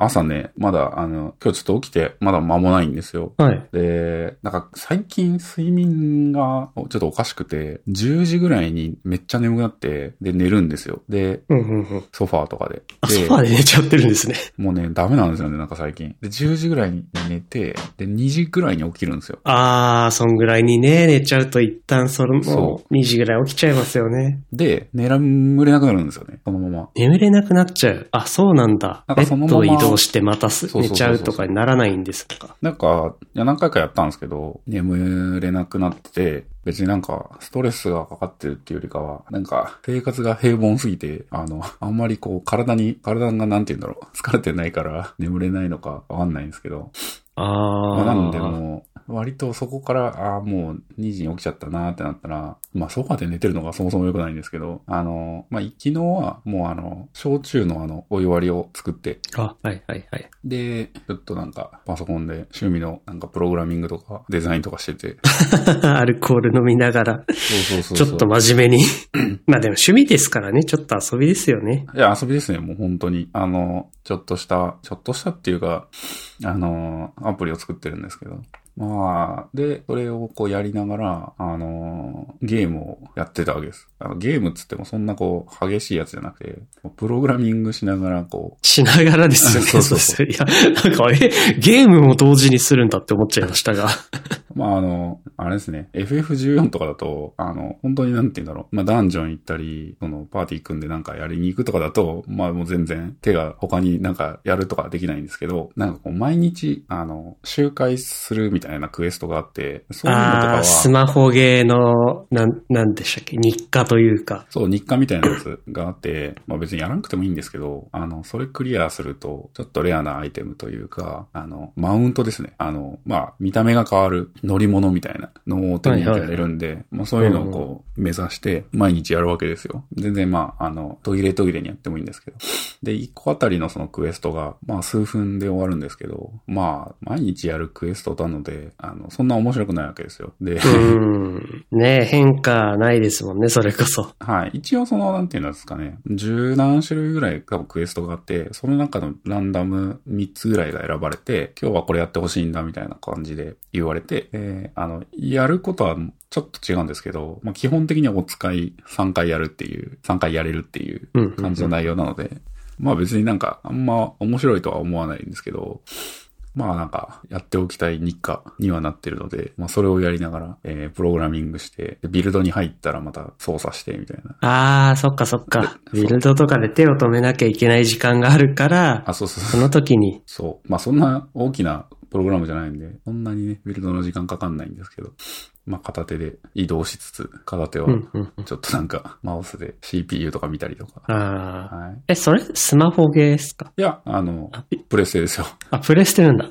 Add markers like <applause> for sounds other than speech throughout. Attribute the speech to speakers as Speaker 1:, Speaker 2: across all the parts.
Speaker 1: 朝ね、まだ、あの、今日ちょっと起きて、まだ間もないんですよ。
Speaker 2: はい。
Speaker 1: で、なんか最近睡眠がちょっとおかしくて、10時ぐらいにめっちゃ眠くなって、で、寝るんですよ。で、
Speaker 2: うんうんうん。
Speaker 1: ソファーとかで。
Speaker 2: あ、ソ
Speaker 1: で
Speaker 2: ファーで寝ちゃってるんですね。
Speaker 1: もうね、ダメなんですよね、なんか最近。で、10時ぐらいに寝て、で、2時ぐらいに起きるんですよ。
Speaker 2: <laughs> あー、そんぐらいにね、寝ちゃうと一旦その、
Speaker 1: そ
Speaker 2: 2時ぐらい起きちゃいますよね。
Speaker 1: で、眠れなくなるんですよね、そのまま。
Speaker 2: 眠れなくなっちゃう。あ、そうなんだ。
Speaker 1: なん
Speaker 2: ベ
Speaker 1: かその
Speaker 2: ッ
Speaker 1: ま
Speaker 2: ド
Speaker 1: ま
Speaker 2: を移動してまたす
Speaker 1: そうそう
Speaker 2: 寝
Speaker 1: そう
Speaker 2: ち
Speaker 1: そう
Speaker 2: ゃうとかにならないんですか。
Speaker 1: なんか、いや、何回かやったんですけど、眠れなくなってて、別になんか、ストレスがかかってるっていうよりかは、なんか、生活が平凡すぎて、あの、あんまりこう、体に、体がなんて言うんだろう、疲れてないから、眠れないのかわかんないんですけど、ま
Speaker 2: あ
Speaker 1: あ、
Speaker 2: ー。
Speaker 1: なんでもう、割とそこから、ああー、もう2時に起きちゃったなーってなったら、まあ、ソファで寝てるのがそもそも良くないんですけど、あの、まあ、昨日は、もうあの、焼酎のあの、お湯割りを作って、
Speaker 2: あ、はいはいはい。 <laughs>
Speaker 1: で、ちょっとなんか、パソコンで趣味のなんかプログラミングとかデザインとかしてて。
Speaker 2: アルコール飲みながら、
Speaker 1: そうそうそうそ
Speaker 2: ちょ
Speaker 1: う。
Speaker 2: っと真面
Speaker 1: <clears throat>
Speaker 2: 目に。まあでも趣味ですからね、ちょっと遊びですよね。
Speaker 1: いや、遊びですね、もう本当に。あの、ちょっとした、ちょっとしたっていうか、あの、アプリを作ってるんですけど。まあ、で、それをこうやりながら、あの、ゲームをやってたわけです。あのゲームっつってもそんなこう、激しいやつじゃなくて、プログラミングしながらこ
Speaker 2: しながらですよ
Speaker 1: <laughs>
Speaker 2: ね。
Speaker 1: そうそうそ
Speaker 2: いや、なんか、え、ゲームも同時にするんだって思っちゃいました
Speaker 1: う、
Speaker 2: が。
Speaker 1: まああの、あれですね、FF14 とかだと、あの、本当になんて言うんだろう、まあダンジョン行ったり、そのパーティー組んでなんかやりに行くとかだと、まあもう全然手が他になんかやるとかできないんですけど、なんかこう毎日、あの、周回するみたいなクエストがあって、そういうのとか
Speaker 2: あ
Speaker 1: は
Speaker 2: あ、、スマホゲーの、なん、なんでしたっけ、日課とい
Speaker 1: <laughs>
Speaker 2: うか。
Speaker 1: そう、日課みたいなやつがあって、まあ別にやらなくてもいいんですけど、あの、それクリアすると、ちょっとレアなアイテムというか、あの、マウントですね。あの、まあ、見た目が変わる乗り物みたいなのを手に入れられるんで、まあそういうのをこう、目指して、毎日やるわけですよ。全然まあ、あの、途切れ途切れにやってもいいんですけど。で、1個あたりのそのクエストが、まあ数分で終わるんですけど、まあ、毎日やるクエストなので、あの、そんな面白くないわけですよ。 <laughs> で、
Speaker 2: うん。ねえ変化ないですもんね、それこそ。
Speaker 1: はい。一応その、なんていうんですかね。十何種類ぐらい多分クエストがあって、その中のランダム3つぐらいが選ばれて、今日はこれやってほしいんだみたいな感じで言われて、えーあの、やることはちょっと違うんですけど、まあ、基本的にはお使い3回やるっていう、3回やれるっていう
Speaker 2: うん。
Speaker 1: 感じの内容なので、まあ別になんかあんま面白いとは思わないんですけど、まあなんかやっておきたい日課にはなってるので、まあそれをやりながら、えープログラミングして、でビルドに入ったらまた操作してみたいな。
Speaker 2: ああ、そっかそっか。
Speaker 1: でそう
Speaker 2: ビルドとかで手を止めなきゃいけない時間があるから、
Speaker 1: あ、そうそう
Speaker 2: そ
Speaker 1: そう。
Speaker 2: の時に。
Speaker 1: そう。まあそんな大きなプログラムじゃないんで、そんなにね、ビルドの時間かかんないんですけど、まあ片手で移動しつつ、片手は
Speaker 2: うんうん。
Speaker 1: ちょっとなんかマウスで CPU とか見たりとか。
Speaker 2: ああ。
Speaker 1: はい。
Speaker 2: え、それスマホゲーですか
Speaker 1: いや、あの
Speaker 2: あ、い
Speaker 1: プレステですよ。
Speaker 2: あ、プレイしてるんだ。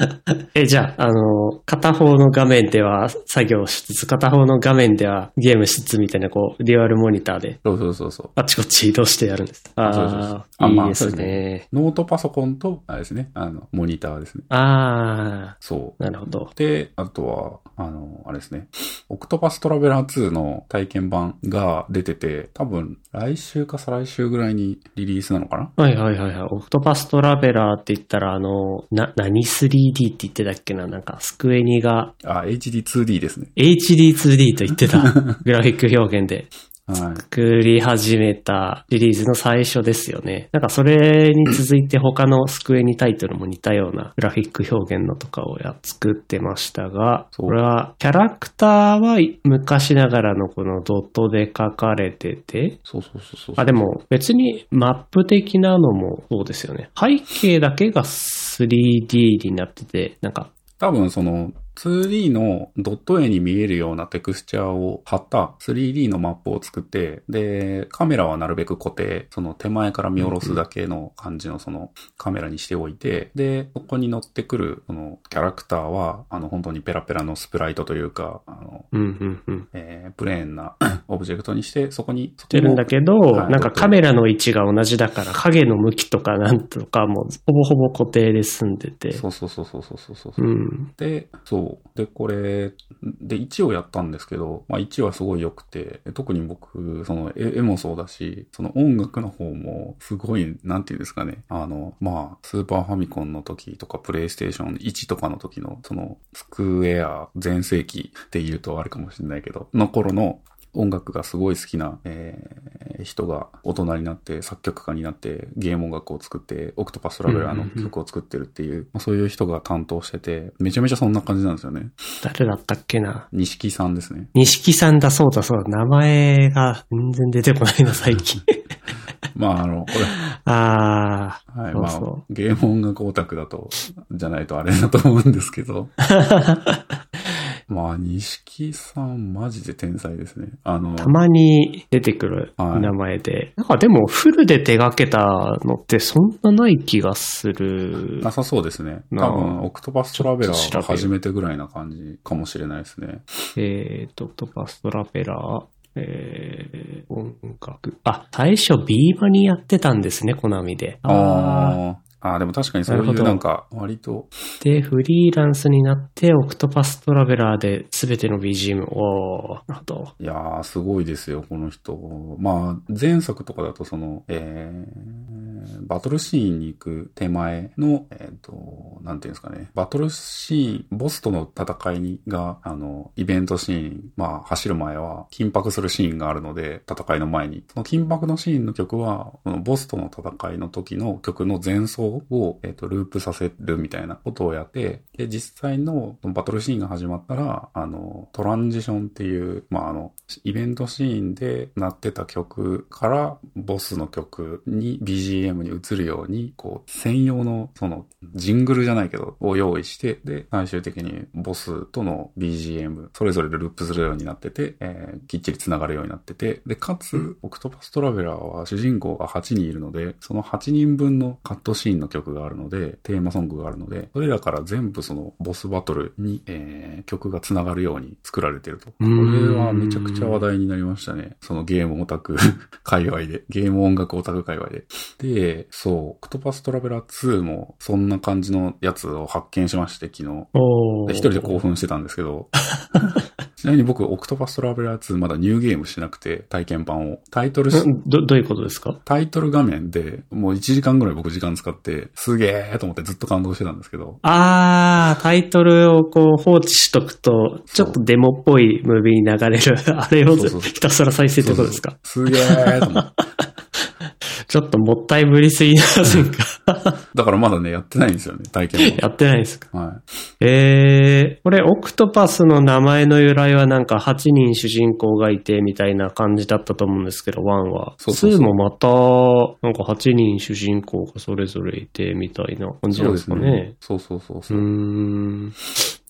Speaker 2: <laughs> え、じゃあ、あの、片方の画面では作業しつつ、片方の画面ではゲームしつつみたいな、こう、デュアルモニターで、
Speaker 1: そうそうそうそう。
Speaker 2: あっちこっち移動してやるんです。
Speaker 1: あそうそうそう
Speaker 2: ああ、
Speaker 1: あまあ
Speaker 2: いいです
Speaker 1: そうです
Speaker 2: ね。
Speaker 1: ノートパソコンと、あれですね、あの、モニターですね。
Speaker 2: あ
Speaker 1: そ
Speaker 2: あ、なるほど
Speaker 1: う。。で、あとは、あの、あれですね。オクトパストラベラー2の体験版が出てて、多分来週か再来週ぐらいにリリースなのかな
Speaker 2: はいはいはいはい。オクトパストラベラーって言ったら、あの、な、何 3D って言ってたっけななんか、スクエニが
Speaker 1: あ、HD2D ですね。
Speaker 2: HD2D と
Speaker 1: <laughs>
Speaker 2: 言ってた。グラフィック表現で。
Speaker 1: はい。
Speaker 2: 作り始めたシリーズの最初ですよね。なんかそれに続いて他のスクエニタイトルも似たようなグラフィック表現のとかをや作ってましたが、
Speaker 1: そう
Speaker 2: これはキャラクターはい昔ながらのこのドットで書かれてて、
Speaker 1: そうそうそうそう。
Speaker 2: あ、でも別にマップ的なのもそうですよね。背景だけが 3D になってて、なんか、
Speaker 1: 多分その 2D のドット絵に見えるようなテクスチャーを貼った 3D のマップを作って、で、カメラはなるべく固定、その手前から見下ろすだけの感じのそのカメラにしておいて、で、そこに乗ってくるそのキャラクターは、あの本当にペラペラのスプライトというか、あの、
Speaker 2: うんうんうん。
Speaker 1: えープレーンな <coughs> オブジェクトにして、そこに、そ
Speaker 2: ってるんだけど、
Speaker 1: はい
Speaker 2: なんかカメラの位置が同じだから、影の向きとかなんとかもほぼほぼ固定で済んでて。
Speaker 1: そうそうそうそうそうそうそう。
Speaker 2: うん。
Speaker 1: で、そう、そう。で、これ、で、1をやったんですけど、まあ1はすごい良くて、特に僕、その絵絵もそうだし、その音楽の方も、すごい、なんていうんですかね、あの、まあ、スーパーファミコンの時とか、プレイステーション1とかの時の、その、スクエア全盛期って言うとあれかもしれないけど、の頃の、音楽がすごい好きな、えー人が大人になって作曲家になってゲーム音楽を作ってオクトパストラベラーの曲を作ってるっていう、まあそういう人が担当してて、めちゃめちゃそんな感じなんですよね。
Speaker 2: 誰だったっけな。
Speaker 1: 錦さんですね。
Speaker 2: 錦さんだそうだそうだ。名前が全然出てこないな、最
Speaker 1: <laughs>
Speaker 2: 近。
Speaker 1: まああの、これ、
Speaker 2: あ
Speaker 1: はい、
Speaker 2: そう
Speaker 1: ま
Speaker 2: そう
Speaker 1: あ、ゲーム音楽オタクだと、じゃないとあれだと思うんですけど。
Speaker 2: <laughs>
Speaker 1: まあ、錦さんマジで天才ですね。あの、
Speaker 2: ー、たまに出てくる
Speaker 1: はい
Speaker 2: 名前で。なんかでもフルで手掛けたのってそんなない気がする。
Speaker 1: なさそうですね。
Speaker 2: な
Speaker 1: 多分、オクトパストラベラー
Speaker 2: ちょっと調
Speaker 1: が
Speaker 2: べる
Speaker 1: 初めてぐらいな感じかもしれないですね。
Speaker 2: えーと、トパストラペラー。えー、音楽。あ、最初ビーマニやってたんですね、コナミで。あー。
Speaker 1: あーあー、でも確かにそう
Speaker 2: ないるほ
Speaker 1: う
Speaker 2: ど
Speaker 1: なんか、割と、
Speaker 2: で、フリーランスになって、オクトパストラベラーで全ての BGM。おー、なるほど。
Speaker 1: いやー、すごいですよ、この人。まあ、前作とかだと、その、えー、バトルシーンに行く手前の、えっ、と、なんていうんですかね、バトルシーン、ボスとの戦いにが、あの、イベントシーン、まあ、走る前は、緊迫するシーンがあるので、戦いの前に。その緊迫のシーンの曲は、このボスとの戦いの時の曲の前奏を、えっ、と、ループさせるみたいなことをやって、で、実際のそのバトルシーンが始まったら、あの、トランジションっていう、まあ、あの、イベントシーンで鳴ってた曲から、ボスの曲に BGM に移るように、こう、専用の、その、ジングルじゃないけど、を用意して、で、最終的にボスとの BGM、それぞれループするようになってて、えーきっちり繋がるようになってて、で、かつ、オクトパストラベラーは主人公が8人いるので、その8人分のカットシーンの曲があるので、テーマソングがあるので、それらから全部そのボスバトルに、えー曲が繋がるように作られてると。こ
Speaker 2: う
Speaker 1: れ
Speaker 2: ーん
Speaker 1: はめちゃくちゃ話題になりましたね。そのゲームオタク <laughs> 界隈で、ゲーム音楽オタク界隈で。で、そう、オクトパストラベラー2もそんな感じのやつを発見しまして、昨日。
Speaker 2: おー。
Speaker 1: で一人で興奮してたんですけど。 <laughs> ちなみに僕、オクトパストラベラー2まだニューゲームしなくて、体験版を。タイトルし、
Speaker 2: んど、どういうことですか
Speaker 1: タイトル画面で、もう1時間ぐらい僕時間使って、すげーと思ってずっと感動してたんですけど、
Speaker 2: あー、タイトルをこう放置しとくと、ち
Speaker 1: そ
Speaker 2: ょ
Speaker 1: う
Speaker 2: っとデモっぽいムービーに流れる、あれを
Speaker 1: そうそうそう
Speaker 2: ひたすら再生ってことですか
Speaker 1: すげーと思って。
Speaker 2: ちょっともったいぶりすぎませんか
Speaker 1: だからまだね、やってないんですよね、体験
Speaker 2: やってないですか <laughs>
Speaker 1: 版。はい。
Speaker 2: えー、これ、オクトパスの名前の由来はなんか8人主人公がいてみたいな感じだったと思うんですけど、1は。
Speaker 1: そうそうそう
Speaker 2: 2もまた、なんか8人主人公がそれぞれいてみたいな感じなんですかね。。
Speaker 1: そうそうそう
Speaker 2: う
Speaker 1: そう
Speaker 2: ー
Speaker 1: う、
Speaker 2: ん。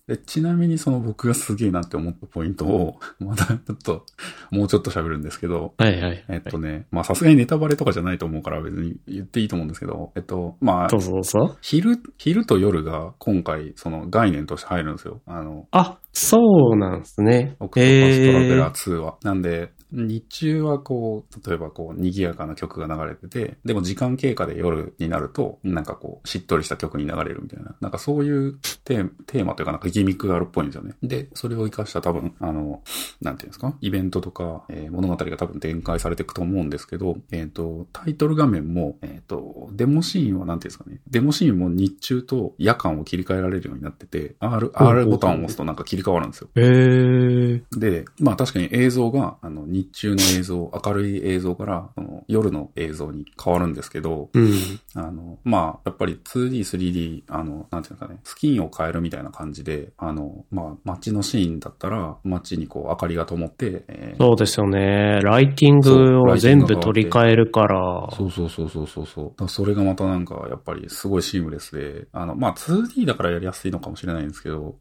Speaker 1: で。ちなみにその僕がすげえなって思ったポイントを、 <laughs> またちょっと、もうちょっと喋るんですけど、
Speaker 2: はいはい。
Speaker 1: えっとね、まあさすがにネタバレとかじゃないと思うから別に言っていいと思うんですけど、えっと、まあ
Speaker 2: ど、うぞどうぞ。
Speaker 1: 昼、昼と夜が今回その概念として入るんですよ。あの、
Speaker 2: あ、そうなんですね。
Speaker 1: オクトパストラベ
Speaker 2: えー
Speaker 1: ラー2は。なんで、日中はこう、例えばこう、賑やかな曲が流れてて、でも時間経過で夜になると、なんかこう、しっとりした曲に流れるみたいな、なんかそういうテーテーマというかなんかギミックがあるっぽいんですよね。で、それを活かした多分、あの、なんていうんですか、イベントとか、えー物語が多分展開されていくと思うんですけど、えっ、と、タイトル画面も、えっ、と、デモシーンはなんていうんですかね、デモシーンも日中と夜間を切り替えられるようになってて、R、R ボタンを押すとなんか切り替わるんですよ。
Speaker 2: えー、
Speaker 1: で、まあ確かに映像が、あの、日中の映像、明るい映像から、その夜の映像に変わるんですけど、
Speaker 2: うん。
Speaker 1: あの、まあ、やっぱり 2D、3D、あの、なんていうんですかね、スキンを変えるみたいな感じで、あの、まあ、街のシーンだったら、街にこう、明かりが灯って、えー
Speaker 2: そうですよね。ライティングを全部取り替えるから。
Speaker 1: そうそうそうそうそうそう。だからそれがまたなんか、やっぱりすごいシームレスで、あの、まあ、2D だからやりやすいのかもしれないんですけど、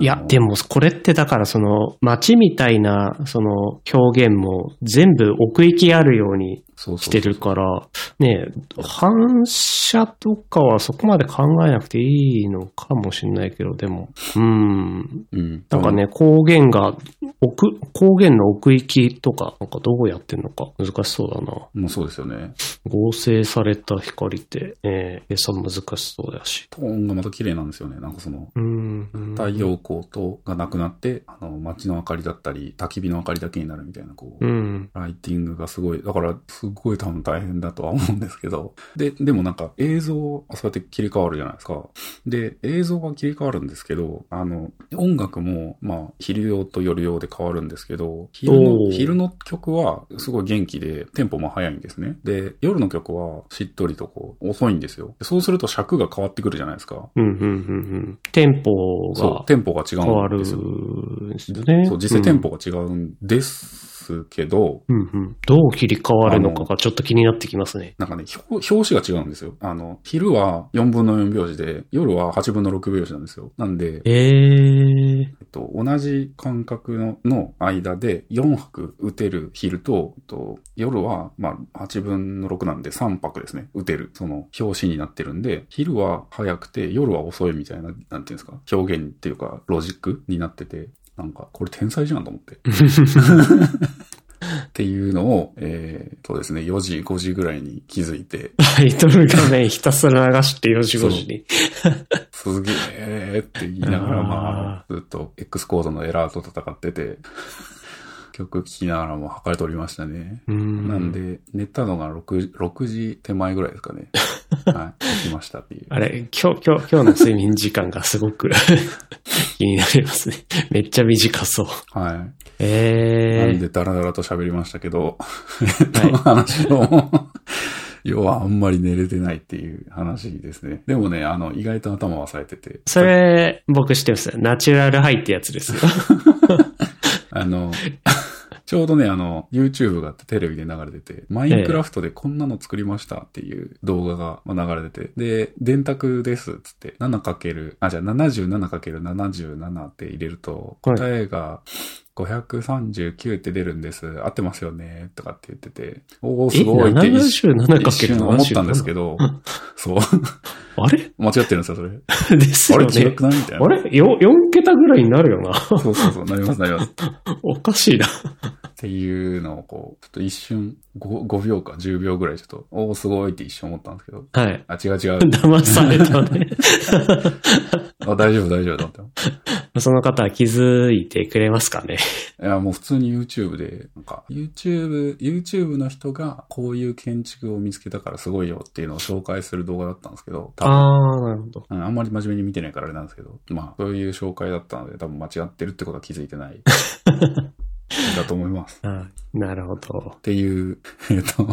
Speaker 2: いや、で
Speaker 1: も、
Speaker 2: もこれってだからその街みたいなその表現も全部奥行きあるように
Speaker 1: そうそうそう
Speaker 2: してるから、ねえ反射とかはそこまで考えなくていいのかもしれないけど、でも、うん。
Speaker 1: うん。
Speaker 2: なんかね、光源が、奥、光源の奥行きとか、なんかどうやってんのか難しそうだな。
Speaker 1: あの。もうそうですよね。
Speaker 2: 合成された光って、えー、計算難しそうだし。
Speaker 1: トーンがまた綺麗なんですよね。なんかその、
Speaker 2: うん。うん
Speaker 1: 太陽光とがなくなって、あの、街の明かりだったり、焚き火の明かりだけになるみたいな、こう、
Speaker 2: うん。
Speaker 1: ライティングがすごい、だから、すごい多分大変だとは思うんですけど。で、でもなんか映像、あそうやって切り替わるじゃないですか。で、映像が切り替わるんですけど、あの、音楽も、まあ、昼用と夜用で変わるんですけど、昼
Speaker 2: お
Speaker 1: の、
Speaker 2: ー
Speaker 1: 昼の曲はすごい元気で、テンポも速いんですね。で、夜の曲はしっとりとこう、遅いんですよ。そうすると尺が変わってくるじゃないですか。
Speaker 2: うん、うん、うん、うん。テンポ
Speaker 1: そ
Speaker 2: が
Speaker 1: う、テンポが違
Speaker 2: 変わ
Speaker 1: うん
Speaker 2: る
Speaker 1: ですよ。
Speaker 2: んですよね。
Speaker 1: そう、実際テンポが違うんですけど、
Speaker 2: うんうん。どう切り替わるのかがちょっと気になってきますね。
Speaker 1: なんかね、表表紙が違うんですよ。あの、昼は4分の4拍子で、夜は8分の6拍子なんですよ。なんで、え
Speaker 2: ええ
Speaker 1: っと、同じ間隔のの間で4拍打てる昼と、えっと、夜は、まあ、8分の6なんで3拍ですね。打てる。その、表紙になってるんで、昼は早くて、夜は遅いみたいな、なんていうんですか、表現っていうか、ロジックになってて、なんか、これ天才じゃんと思って。っていうのを、えー、とですね、4時、5時ぐらいに気づいて、
Speaker 2: タイトル画面ひたすら流して4時5時に。
Speaker 1: すげえって言いながら、まあ、ずっと X コードのエラーと戦ってて、 <laughs> 曲聴きながらも測り取りましたね。
Speaker 2: うん
Speaker 1: なん。で、寝たのが 6, 6時手前ぐらいですか
Speaker 2: <laughs>
Speaker 1: ね。はい、起きましたっていう。
Speaker 2: あれ、今日、今日、今日の睡眠時間がすごく <laughs> 気になりますね。めっちゃ短そう。
Speaker 1: はい。な
Speaker 2: え
Speaker 1: ん
Speaker 2: え
Speaker 1: で、ダラダラと喋りましたけど、 <laughs> その話を、要はあんまり寝れてないっていう話ですね。でもね、あの、意外と頭は冴えてて。
Speaker 2: それ、僕知ってますよ。ナチュラルハイってやつですよ。
Speaker 1: あの、 <laughs> ちょうどね、あの、YouTube があってテレビで流れてて、マインクラフトでこんなの作りましたっていう動画がまあ流れてて、で、電卓ですっつって、7× あ、じゃあ 77×77 って入れると、
Speaker 2: はい
Speaker 1: 答えが539って出るんです。合ってますよねとかって言ってて、おお <laughs> すごいって一瞬一瞬
Speaker 2: 77×77
Speaker 1: 思ったんですけ
Speaker 2: <laughs>
Speaker 1: ど、そう、 <laughs>
Speaker 2: あれ
Speaker 1: 間違ってるんですよ、それ。
Speaker 2: <laughs> です
Speaker 1: あ
Speaker 2: よ
Speaker 1: れ違
Speaker 2: ね
Speaker 1: く。ないみたいな。
Speaker 2: あれよ ?4 桁ぐらいになるよな。 <laughs>
Speaker 1: そうそうそう、なりますなります。
Speaker 2: おかしいな。
Speaker 1: っていうのをこう、ちょっと一瞬5、5秒か10秒ぐらいちょっと、おおすごいって一瞬思ったんですけど、
Speaker 2: はい。
Speaker 1: あ、違う違う。
Speaker 2: 騙されたね。
Speaker 1: あ大丈夫大丈夫だっ
Speaker 2: <laughs> その方は気づいてくれますかね。
Speaker 1: た。いや、もう普通に YouTube で、なんか、YouTube、YouTube の人がこういう建築を見つけたからすごいよっていうのを紹介する動画だったんですけど、多分
Speaker 2: ああ、なるほど。
Speaker 1: うんあんまり真面目に見てないからあれなんですけど、まあ、そういう紹介だったので、多分間違ってるってことは気づいてない。だと思います。
Speaker 2: あなるほど
Speaker 1: っ。ていう、えっと、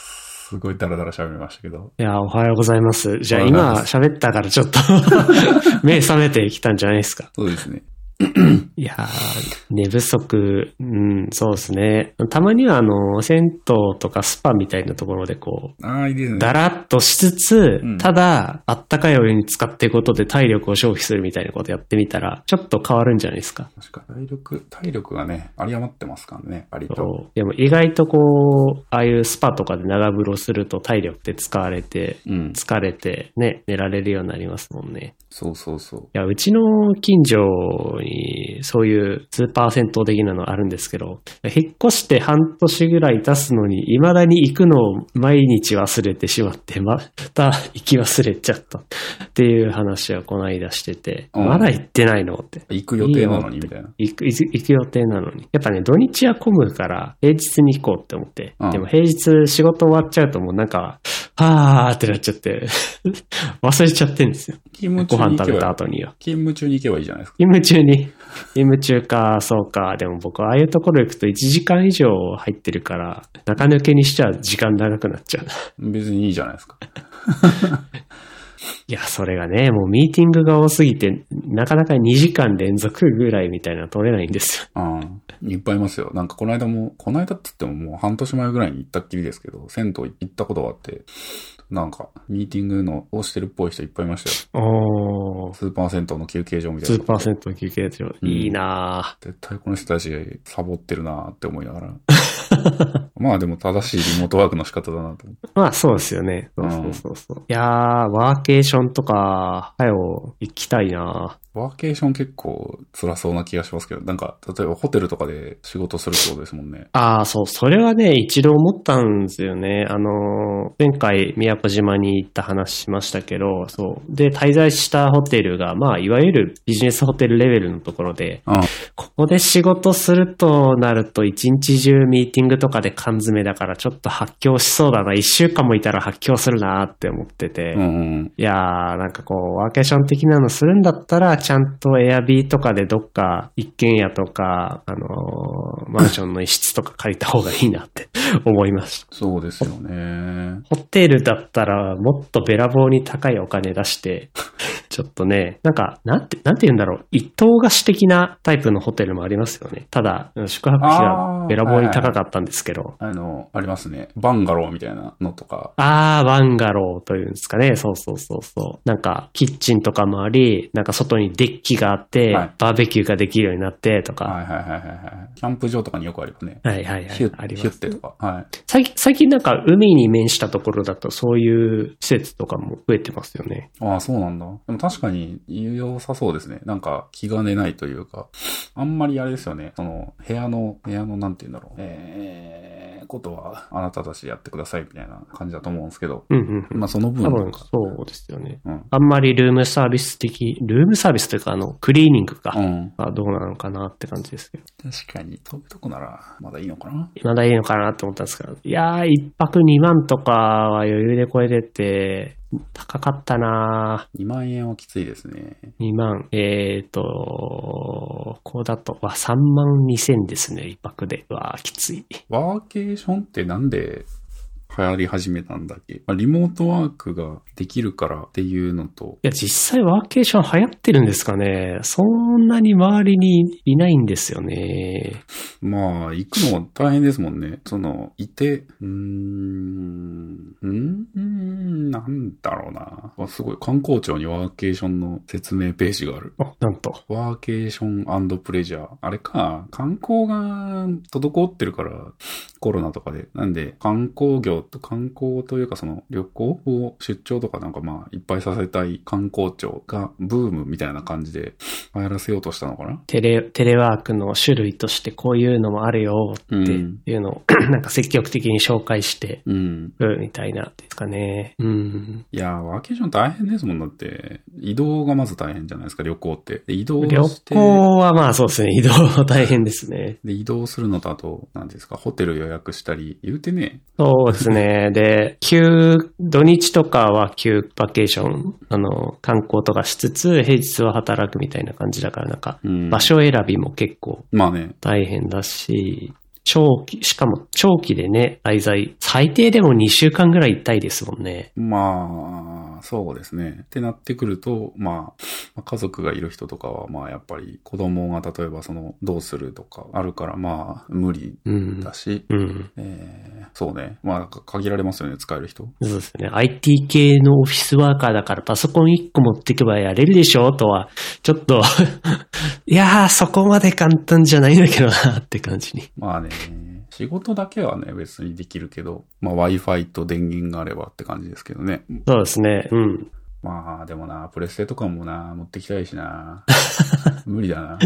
Speaker 1: すごいダラダラ喋りましたけど、
Speaker 2: いや、おはようございます。じゃあ
Speaker 1: おはようござい
Speaker 2: 今
Speaker 1: ます
Speaker 2: 喋ったからちょっと <laughs> 目覚めてきたんじゃないですか。
Speaker 1: そうですね。
Speaker 2: いやー、寝不足、うん、そうですね。たまにはあの、銭湯とかスパみたいなところでこう、
Speaker 1: ああ、いいですね。
Speaker 2: だらっとしつつ
Speaker 1: うん、
Speaker 2: ただ、あったかいお湯に使っていくことで体力を消費するみたいなことやってみたら、ちょっと変わるんじゃないですか。
Speaker 1: 確か体力、体力がね、有り余ってますからね、割と。
Speaker 2: そう。でも意外とこう、ああいうスパとかで長風呂すると体力って使われて、
Speaker 1: うん。
Speaker 2: 疲れてね、寝られるようになりますもんね。
Speaker 1: そうそうそう。
Speaker 2: いや、うちの近所にそういうスーパー銭湯的なのあるんですけど、引っ越して半年ぐらい経つのに、未だに行くのを毎日忘れてしまって、 <laughs> また行き忘れちゃったっていう話をこの間してて、
Speaker 1: うん
Speaker 2: まだ行ってないのって。
Speaker 1: 行く予定なのに、みたいな。
Speaker 2: 行く、行く行く予定なのに。やっぱね、土日は混むから、平日に行こうって思って。
Speaker 1: うん
Speaker 2: でも平日仕事終わっちゃうともうなんか、はーってなっちゃって、 <laughs> 忘れちゃってんですよ。
Speaker 1: 勤務中
Speaker 2: ご飯
Speaker 1: に行け
Speaker 2: 食べた
Speaker 1: ば、
Speaker 2: 後には。
Speaker 1: 勤務中に行けばいいじゃないですか。
Speaker 2: 勤務中に。勤務中か、そうか。でも僕、ああいうところ行くと1時間以上入ってるから、中抜けにしちゃ時間長くなっちゃう。
Speaker 1: 別にいいじゃないですか。
Speaker 2: いや、それがね、もうミーティングが多すぎて、なかなか2時間連続ぐらいみたいなの取れないんですよ。
Speaker 1: うん。いっぱいいますよ。なんかこの間も、この間って言ってももう半年前ぐらいに行ったっきりですけど、銭湯行ったことがあって、なんか、ミーティングのをしてるっぽい人いっぱいいましたよ。
Speaker 2: おー。
Speaker 1: スーパー銭湯の休憩所みたい
Speaker 2: ス
Speaker 1: な。
Speaker 2: ーパー銭湯休憩所。
Speaker 1: ん
Speaker 2: いいなぁ。
Speaker 1: 絶対この人たちサボってるなーって思いながら。 <laughs> まあでも正しいリモートワークの仕方だなと思って。
Speaker 2: まあそうですよね。そうそうそうそう。いやー、ワーケーションとか、はよ、行きたいな
Speaker 1: ワーケーション結構辛そうな気がしますけど、なんか、例えばホテルとかで仕事するってことですもんね。
Speaker 2: ああ、そう、それはね、一度思ったんですよね。あのー、前回、宮古島に行った話しましたけど、そう。で、滞在したホテルが、まあ、いわゆるビジネスホテルレベルのところで、
Speaker 1: うん
Speaker 2: ここで仕事するとなると、一日中ミーティングとかで缶詰だから、ちょっと発狂しそうだな。一週間もいたら発狂するなって思ってて。
Speaker 1: うんうん。
Speaker 2: いやー、なんかこう、ワーケーション的なのするんだったら、ちゃんとエアビーとかでどっか一軒家とか、あのーマンションの一室とか借りた方がいいなって <laughs> 思いました。
Speaker 1: そうですよね。
Speaker 2: ホテルだったら、もっとべらぼうに高いお金出して、 <laughs> ちょっとね、なんか、なんて、なんて言うんだろう、一棟貸し的なタイプのホテルもありますよね。ただ、宿泊費
Speaker 1: あ
Speaker 2: は
Speaker 1: ー
Speaker 2: べらぼうに高かったんですけど。
Speaker 1: あの、ありますね。バンガローみたいなのとか。
Speaker 2: あー、バンガローというんですかね。そうそうそうそう。なんか、キッチンとかもあり、なんか外にデッキがあって、
Speaker 1: はい
Speaker 2: バーベキューができるようになってとか。
Speaker 1: はいはいはいはいはい。キャンプ場とかによくありますね。
Speaker 2: はいはいは
Speaker 1: ヒュ
Speaker 2: い。あ
Speaker 1: ッ、
Speaker 2: り
Speaker 1: ヒュ
Speaker 2: ま
Speaker 1: ッ
Speaker 2: す。
Speaker 1: てとか。はい。
Speaker 2: 最近、最近なんか海に面したところだとそういう施設とかも増えてますよね。
Speaker 1: ああ、そうなんだ。でも確かに良さそうですね。なんか気兼ねないというか、あんまりあれですよね。その、部屋の、部屋のなんて言うんだろう。えー、ことはあなたたちやってくださいみたいな感じだと思うんですけど。
Speaker 2: うんうんうん。
Speaker 1: まあその分
Speaker 2: 多
Speaker 1: と
Speaker 2: 分
Speaker 1: か。
Speaker 2: そうですよね。
Speaker 1: うん。
Speaker 2: あんまりルームサービス的、ルームサービスというかあの、クリーニングか。
Speaker 1: うん。
Speaker 2: がどうなのかなって感じですけど。
Speaker 1: 確かに、そういうとこなら、まだいいのかな。
Speaker 2: まだいいのかなって思ったんですけど、いやー、一泊二万とかは余裕で超えてて、高かったな
Speaker 1: 2万円はきついですね。
Speaker 2: ー二万。えーと、こうだと、わ、三万二千ですね、一泊で。わー、きつい。
Speaker 1: ワーケーションってなんで流行り始めたんだっけ、まあ、リモートワークができるからっていうのと、
Speaker 2: いや、実際ワーケーション流行ってるんですかね。そんなに周りにいないんですよね。
Speaker 1: まあ、行くの大変ですもんね。その、いて、うーん、うーん、なんだろうな。あすごい、観光庁にワーケーションの説明ページがある。
Speaker 2: あ、なんと。
Speaker 1: ワーケーションプレジャー。あれか、観光が滞ってるから、コロナとかで。なんで、観光業と、観光というかその旅行を出張とかなんかまあ、いっぱいさせたい観光庁がブームみたいな感じで流行らせようとしたのかな
Speaker 2: テレ、テレワークの種類としてこういうのもあるよって
Speaker 1: うん
Speaker 2: いうのを、 <clears throat> なんか積極的に紹介して、
Speaker 1: うん。
Speaker 2: みたいなですかね。うん。
Speaker 1: いやー、ワーケーション大変ですもんだって。移動がまず大変じゃないですか、旅行って。で移動
Speaker 2: 旅
Speaker 1: して。
Speaker 2: 行はまあそうですね。移動は大変ですね。
Speaker 1: で、移動するのとあと、何ですか、ホテル予約したり、言うてね、
Speaker 2: そうですね。で、休、土日とかは休バケーション、あの、観光とかしつつ、平日は働くみたいな感じだから、なんか、
Speaker 1: うん
Speaker 2: 場所選びも結構
Speaker 1: まあね、
Speaker 2: 大変だし、長期、しかも長期でね、滞在、最低でも2週間ぐらい行きたいですもんね。
Speaker 1: まあ、そうですね。ってなってくると、まあまあ、家族がいる人とかは、まあ、やっぱり子供が例えばその、どうするとかあるから、まあ、無理
Speaker 2: うん。
Speaker 1: だし、
Speaker 2: うん。
Speaker 1: えーそうね。まあ、なんか限られますよね、使える人。
Speaker 2: そうですね。IT 系のオフィスワーカーだからパソコン1個持ってけばやれるでしょとは、ちょっと、 <laughs> いやー、そこまで簡単じゃないんだけどなって感じに。
Speaker 1: まあね、仕事だけはね、別にできるけど、まあ、Wi-Fi と電源があればって感じですけどね。
Speaker 2: そうですね。うん。
Speaker 1: まあ、でもな、プレステとかもな、持ってきたいしな。 <laughs> 無理だな。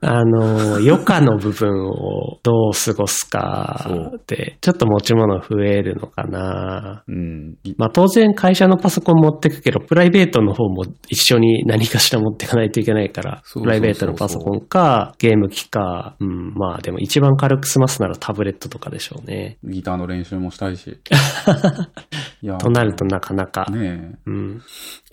Speaker 2: あのー、余暇の部分をどう過ごすかって、ちょっと持ち物増えるのかな
Speaker 1: うん。い
Speaker 2: まあ当然会社のパソコン持ってくけど、プライベートの方も一緒に何かしら持ってかないといけないから、
Speaker 1: そうそうそうそう
Speaker 2: プライベートのパソコンか、ゲーム機か、うん、まあでも一番軽く済ますならタブレットとかでしょうね。
Speaker 1: ギターの練習もしたい
Speaker 2: <laughs>
Speaker 1: し。いや
Speaker 2: となるとなかなか、
Speaker 1: ねえ。
Speaker 2: うん。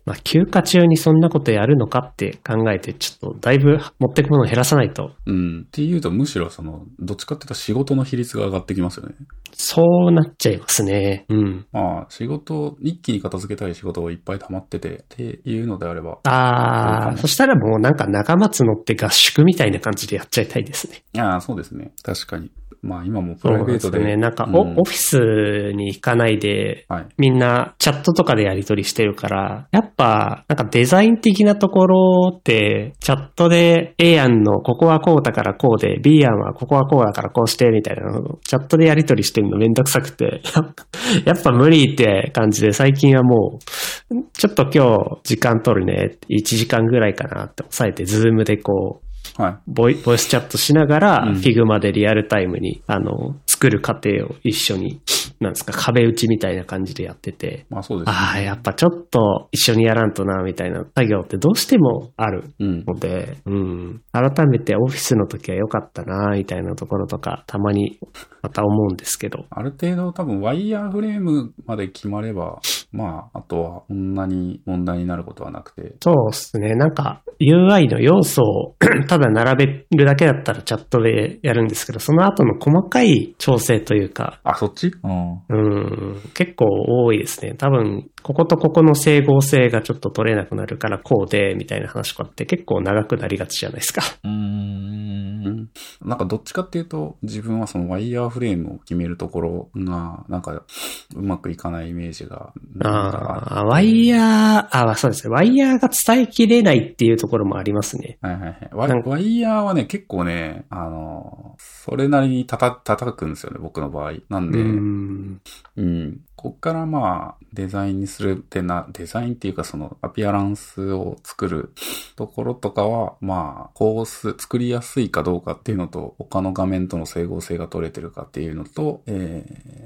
Speaker 2: まあ休暇中にそんなことやるのかって考えて、ちょっとだいぶ持ってくものを減らさないと。
Speaker 1: うん。っていうと、むしろその、どっちかっていうと仕事の比率が上がってきますよね。
Speaker 2: そうなっちゃいますね。うん。
Speaker 1: まあ、仕事を、一気に片付けたい仕事がいっぱい溜まってて、っていうのであれば、そうか
Speaker 2: あ
Speaker 1: も
Speaker 2: ー、そしたらもうなんか仲間募って合宿みたいな感じでやっちゃいたいですね。
Speaker 1: ああ、そうですね。確かに。まあ、今もプ
Speaker 2: そう
Speaker 1: ライ
Speaker 2: なん
Speaker 1: ベ
Speaker 2: で
Speaker 1: ー
Speaker 2: す
Speaker 1: ト
Speaker 2: よ
Speaker 1: で。
Speaker 2: ね。なんかオ、
Speaker 1: うん
Speaker 2: オフィスに行かないで、
Speaker 1: はい。
Speaker 2: みんなチャットとかでやり取りしてるから、やっぱ、なんかデザイン的なところって、チャットで A 案のここはこうだからこうで、B 案はここはこうだからこうして、みたいなのをチャットでやり取りしてるのめんどくさくて、 <laughs> やっぱ無理って感じで最近はもう、ちょっと今日時間取るね、1時間ぐらいかなって抑えて、ズームでこう、
Speaker 1: はい。
Speaker 2: ボイボイスチャットしなが
Speaker 1: う
Speaker 2: ら、
Speaker 1: ん
Speaker 2: フィグマでリアルタイムに、あの、作る過程を一緒に、なんですか、壁打ちみたいな感じでやってて、
Speaker 1: まあ、そうですね。
Speaker 2: ああ、やっぱちょっと一緒にやらんとな、みたいな作業ってどうしてもある
Speaker 1: うん。
Speaker 2: ので、うん。改めてオフィスの時は良かったな、みたいなところとか、たまにまた思うんですけど、
Speaker 1: ある程度多分ワイヤーフレームまで決まれば、まあ、あとはこんなに問題になることはなくて。
Speaker 2: そうですね。なんか UI の要素を <clears throat> ただ並べるだけだったらチャットでやるんですけど、その後の細かい調整というか、
Speaker 1: あ、そっちうん。
Speaker 2: うん、結構多いですね。多分、こことここの整合性がちょっと取れなくなるからこうで、みたいな話とかって結構長くなりがちじゃないですか。
Speaker 1: うんなんかどっちかっていうと、自分はそのワイヤーフレームを決めるところが、なんか、うまくいかないイメージが。なんか
Speaker 2: ああ、ワイヤー、あそうですね。ワイヤーが伝えきれないっていうところもありますね。
Speaker 1: はいはいはい。ワイ
Speaker 2: なんか
Speaker 1: ワイヤーはね、結構ね、あの、それなりに叩叩くんですよね、僕の場合。なんで、
Speaker 2: うん。
Speaker 1: うん。こっからまあ、デザインにするってな、デザインっていうかその、アピアランスを作るところとかは、まあ、コース、作りやすいかどうかっていうのと、他の画面との整合性が取れてるかっていうのと、え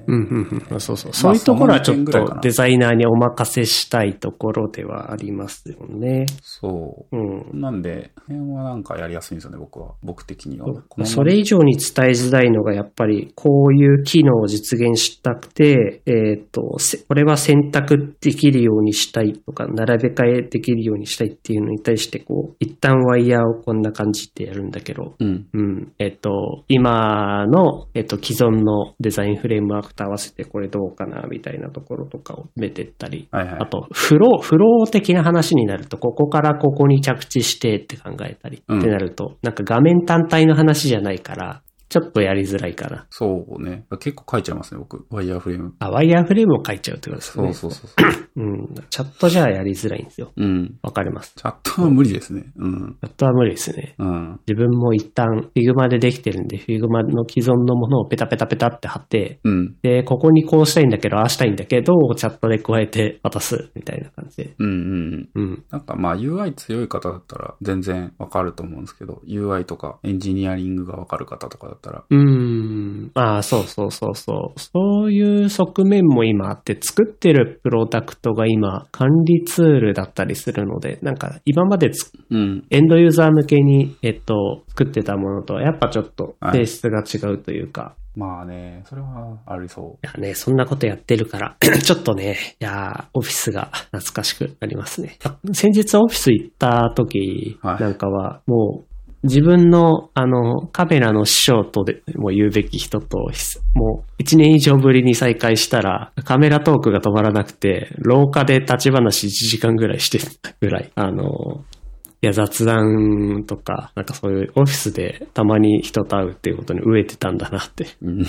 Speaker 2: う
Speaker 1: ー
Speaker 2: ん、うん、うん。そうそ
Speaker 1: まあ
Speaker 2: う。そういうところはち
Speaker 1: そ
Speaker 2: ょっ
Speaker 1: の二点ぐらいか
Speaker 2: と
Speaker 1: な
Speaker 2: デザイナーにお任せしたいところではありますよね。
Speaker 1: そうう。
Speaker 2: ん。
Speaker 1: なんで、この辺はなんかやりやすいんですよね、僕は。僕的には。この
Speaker 2: それ以上に伝えづらいのが、やっぱりこういう機能を実現したくて、えっ、と、せこれは選択できるようにしたいとか、並べ替えできるようにしたいっていうのに対して、こう、一旦ワイヤーをこんな感じでやるんだけど、
Speaker 1: うん。
Speaker 2: うん。えっ、と、今の、えっ、と、既存のデザインフレームワークと合わせてこれどうかな、みたいなところとかを埋めてったり、
Speaker 1: はいはい
Speaker 2: あ。と、フロー、フロー的な話になると、ここからここに着地してって考えたり、
Speaker 1: うん
Speaker 2: ってなると、なんか画面単体の話じゃないから、ちょっとやりづらいかな。
Speaker 1: そうね。結構書いちゃいますね、僕。ワイヤーフレーム。
Speaker 2: あ、ワイヤーフレームを書いちゃうってことです
Speaker 1: そ
Speaker 2: ね。
Speaker 1: うそうそうそう。
Speaker 2: うん。チャットじゃやりづらいんですよ。
Speaker 1: うん。
Speaker 2: わかります。
Speaker 1: チャットは無理ですね。うん。
Speaker 2: チャットは無理ですね。
Speaker 1: うん。
Speaker 2: 自分も一旦 Figma でできてるんで、Figma の既存のものをペタペタペタって貼って、
Speaker 1: うん。
Speaker 2: で、ここにこうしたいんだけど、ああしたいんだけど、チャットで加えて渡す、みたいな感じで。
Speaker 1: うんうんうん。
Speaker 2: うん。
Speaker 1: なんかまあ UI 強い方だったら全然わかると思うんですけど、UI とかエンジニアリングがわかる方とかだったら、
Speaker 2: うーん。ああ、そうそうそうそう。そういう側面も今あって、作ってるプロダクトが今、管理ツールだったりするので、なんか今までつ
Speaker 1: うん。
Speaker 2: エンドユーザー向けに、えっと、作ってたものとは、やっぱちょっと
Speaker 1: はい
Speaker 2: 性質が違うというか、
Speaker 1: まあね、それはありそ
Speaker 2: いやね、そんなことやってるから、 <clears throat> ちょっとね、いやーオフィスが懐かしくなりますね。あ先日オフィス行った時
Speaker 1: はい
Speaker 2: なんかは、もう、自分の、あの、カメラの師匠とでも言うべき人と、ひすもう、一年以上ぶりに再会したら、カメラトークが止まらなくて、廊下で立ち話1時間ぐらいしてたぐらい、あの、いや、雑談とか、なんかそういうオフィスでたまに人と会うっていうことに飢えてたんだなって
Speaker 1: う。うん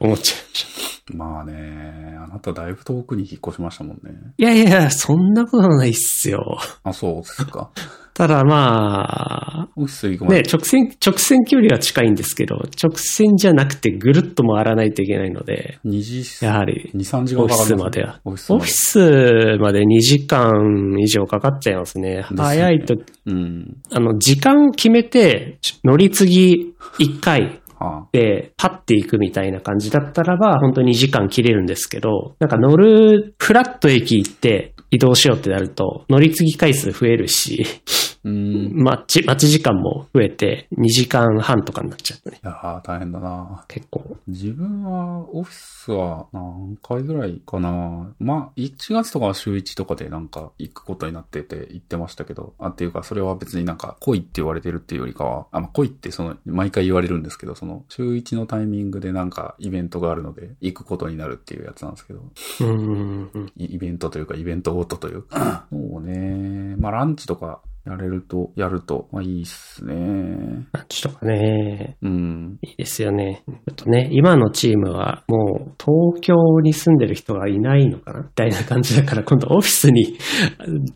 Speaker 2: 思っちゃいまし
Speaker 1: <laughs>
Speaker 2: た。
Speaker 1: まあね、あなただいぶ遠くに引っ越しましたもんね。
Speaker 2: いやいやいや、そんなことないっすよ。
Speaker 1: あ、そうっす
Speaker 2: <laughs>
Speaker 1: か。
Speaker 2: ただま
Speaker 1: オフィス行く
Speaker 2: あ、
Speaker 1: ま
Speaker 2: ね、
Speaker 1: で。
Speaker 2: 直線、直線距離は近いんですけど、直線じゃなくてぐるっと回らないといけないので、
Speaker 1: 2時、
Speaker 2: や
Speaker 1: 2、
Speaker 2: はり、
Speaker 1: 3時
Speaker 2: オ
Speaker 1: 間
Speaker 2: フィ
Speaker 1: かか
Speaker 2: ス
Speaker 1: る
Speaker 2: までは。
Speaker 1: オ
Speaker 2: オ
Speaker 1: フィ
Speaker 2: フ
Speaker 1: スまで
Speaker 2: ィスまで2時間以上かかっちゃいますね。
Speaker 1: よね
Speaker 2: 早いと、
Speaker 1: うん。
Speaker 2: あの、時間決めて、乗り継ぎ1回、
Speaker 1: は
Speaker 2: で、パッていくみたいな感じだったらば、本当に2時間切れるんですけど、なんか乗る、フラット駅行って移動しようってなると、乗り継ぎ回数増えるし、
Speaker 1: あ、うん。い
Speaker 2: 待ち、待ち時間も増えて、2時間半とかになっちゃったね。
Speaker 1: やー、大変だな
Speaker 2: 結構。
Speaker 1: 自分は、オフィスは何回ぐらいかな。まあ、1月とかは週1とかでなんか行くことになってて行ってましたけど、あ、っていうか、それは別になんか来いって言われてるっていうよりかは、あ、まあ、来いってその、毎回言われるんですけど、その、週1のタイミングでなんかイベントがあるので、行くことになるっていうやつなんですけど、
Speaker 2: うんうん。
Speaker 1: イイベントというか、イベントごとというか。そうね。まあ、ランチとかやれると、やると、まあいいっすね。
Speaker 2: ランチとかね、
Speaker 1: うん。
Speaker 2: いいですよね。ちょっとね、今のチームはもう東京に住んでる人がいないのかなみたいな感じだから、今度オフィスに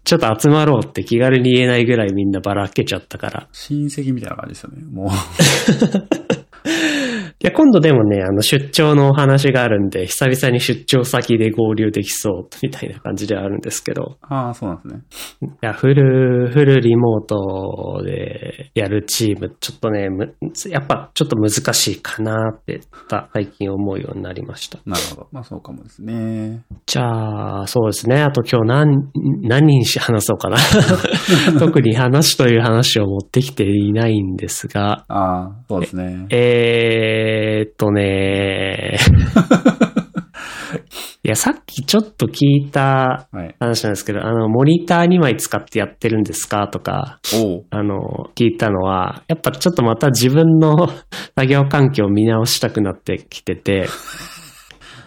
Speaker 2: ちょっと集まろうって気軽に言えないぐらいみんなばらけちゃったから。
Speaker 1: 親戚みたいな感じですよね。もう。 <laughs>
Speaker 2: いや、今度でもね、あの出張のお話があるんで、久々に出張先で合流できそうみたいな感じではあるんですけど。
Speaker 1: ああ、そうなんですね。
Speaker 2: いや、フル、フルリモートでやるチーム、ちょっとね、むやっぱちょっと難しいかなって、最近思うようになりました。
Speaker 1: なるほど。まあそうかもですね。
Speaker 2: じゃあ、そうですね。あと今日何、何人し話そうかな。特に話という話を持ってきていないんですが、
Speaker 1: ああ、そうですね。
Speaker 2: えーっとね、いや、さっきちょっと聞いた
Speaker 1: <laughs> はい。
Speaker 2: 話なんですけど、あの、モニター2枚使ってやってるんですかとか、
Speaker 1: おう。
Speaker 2: あの、聞いたのは、やっぱちょっとまた自分の <laughs> 作業環境を見直したくなってきてて、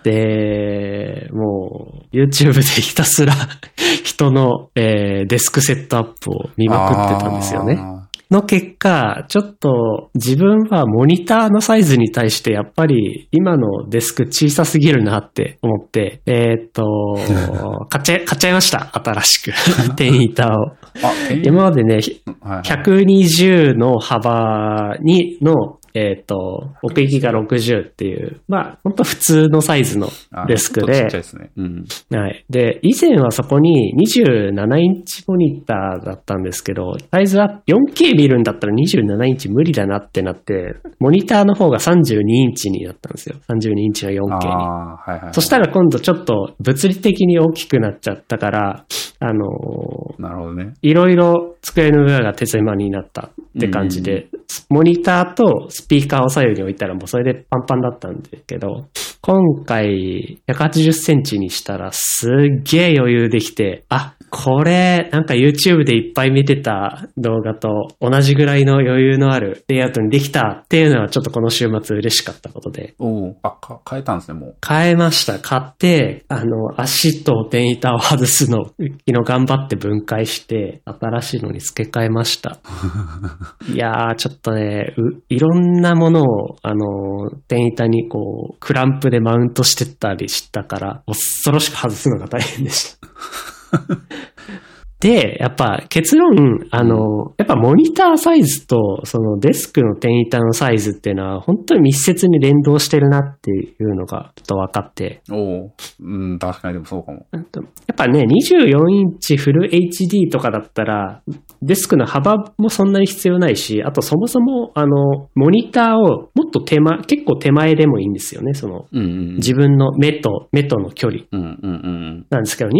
Speaker 2: で、もう、YouTube でひたすら <laughs> 人の、えーデスクセットアップを見まくってたんですよね。
Speaker 1: あ
Speaker 2: の結果、ちょっと自分はモニターのサイズに対してやっぱり今のデスク小さすぎるなって思って、えーっと、買っちゃい、買っちゃいました。新しく。テンイーターを。
Speaker 1: ー。あ、え
Speaker 2: 今までね、
Speaker 1: はいはい。
Speaker 2: 120の幅にの、えっ、と、奥行きが60っていう、まあ、ほんと普通のサイズの
Speaker 1: あ
Speaker 2: デスク
Speaker 1: ちょっとち
Speaker 2: で
Speaker 1: っちゃい、ですね。うん。
Speaker 2: はい。で、以前はそこに27インチモニターだったんですけど、サイズは 4K 見るんだったら27インチ無理だなってなって、モニターの方が32インチになったんですよ。32インチの 4K
Speaker 1: あ
Speaker 2: に。
Speaker 1: あ、はいはいはい。
Speaker 2: そしたら今度ちょっと物理的に大きくなっちゃったから、あのー
Speaker 1: なるほどね。
Speaker 2: いろいろ机の上が手狭になったって感じで、モニターとスピーカーを左右に置いたらもうそれでパンパンだったんですけど、今回180センチにしたらすっげえ余裕できて、あ、これなんか YouTube でいっぱい見てた動画と同じぐらいの余裕のあるレイアウトにできたっていうのはちょっとこの週末嬉しかったことで、
Speaker 1: おう。あ、か、変えたんですね、もう。
Speaker 2: 買えました。買って、あの、足と電板を外すの、昨日頑張って分解して、新しいのに付け替えました。いやー、ちょっとね、ういろんなものを、あの、電板にこう、クランプでマウントしてったりしたから、恐ろしく外すのが大変でした。で、やっぱ結論、あの、やっぱモニターサイズと、そのデスクの電板のサイズっていうのは、本当に密接に連動してるなっていうのが、ちょっと分かって、
Speaker 1: おう。うん、確かにでもそうかも。
Speaker 2: なんかやっぱね、24インチフル HD とかだったら、デスクの幅もそんなに必要ないし、あとそもそも、あの、モニターをもっと手間、結構手前でもいいんですよね、その、
Speaker 1: うんうん
Speaker 2: 自分の目と、目との距離。
Speaker 1: うん。うんうんうん
Speaker 2: なんですけど、27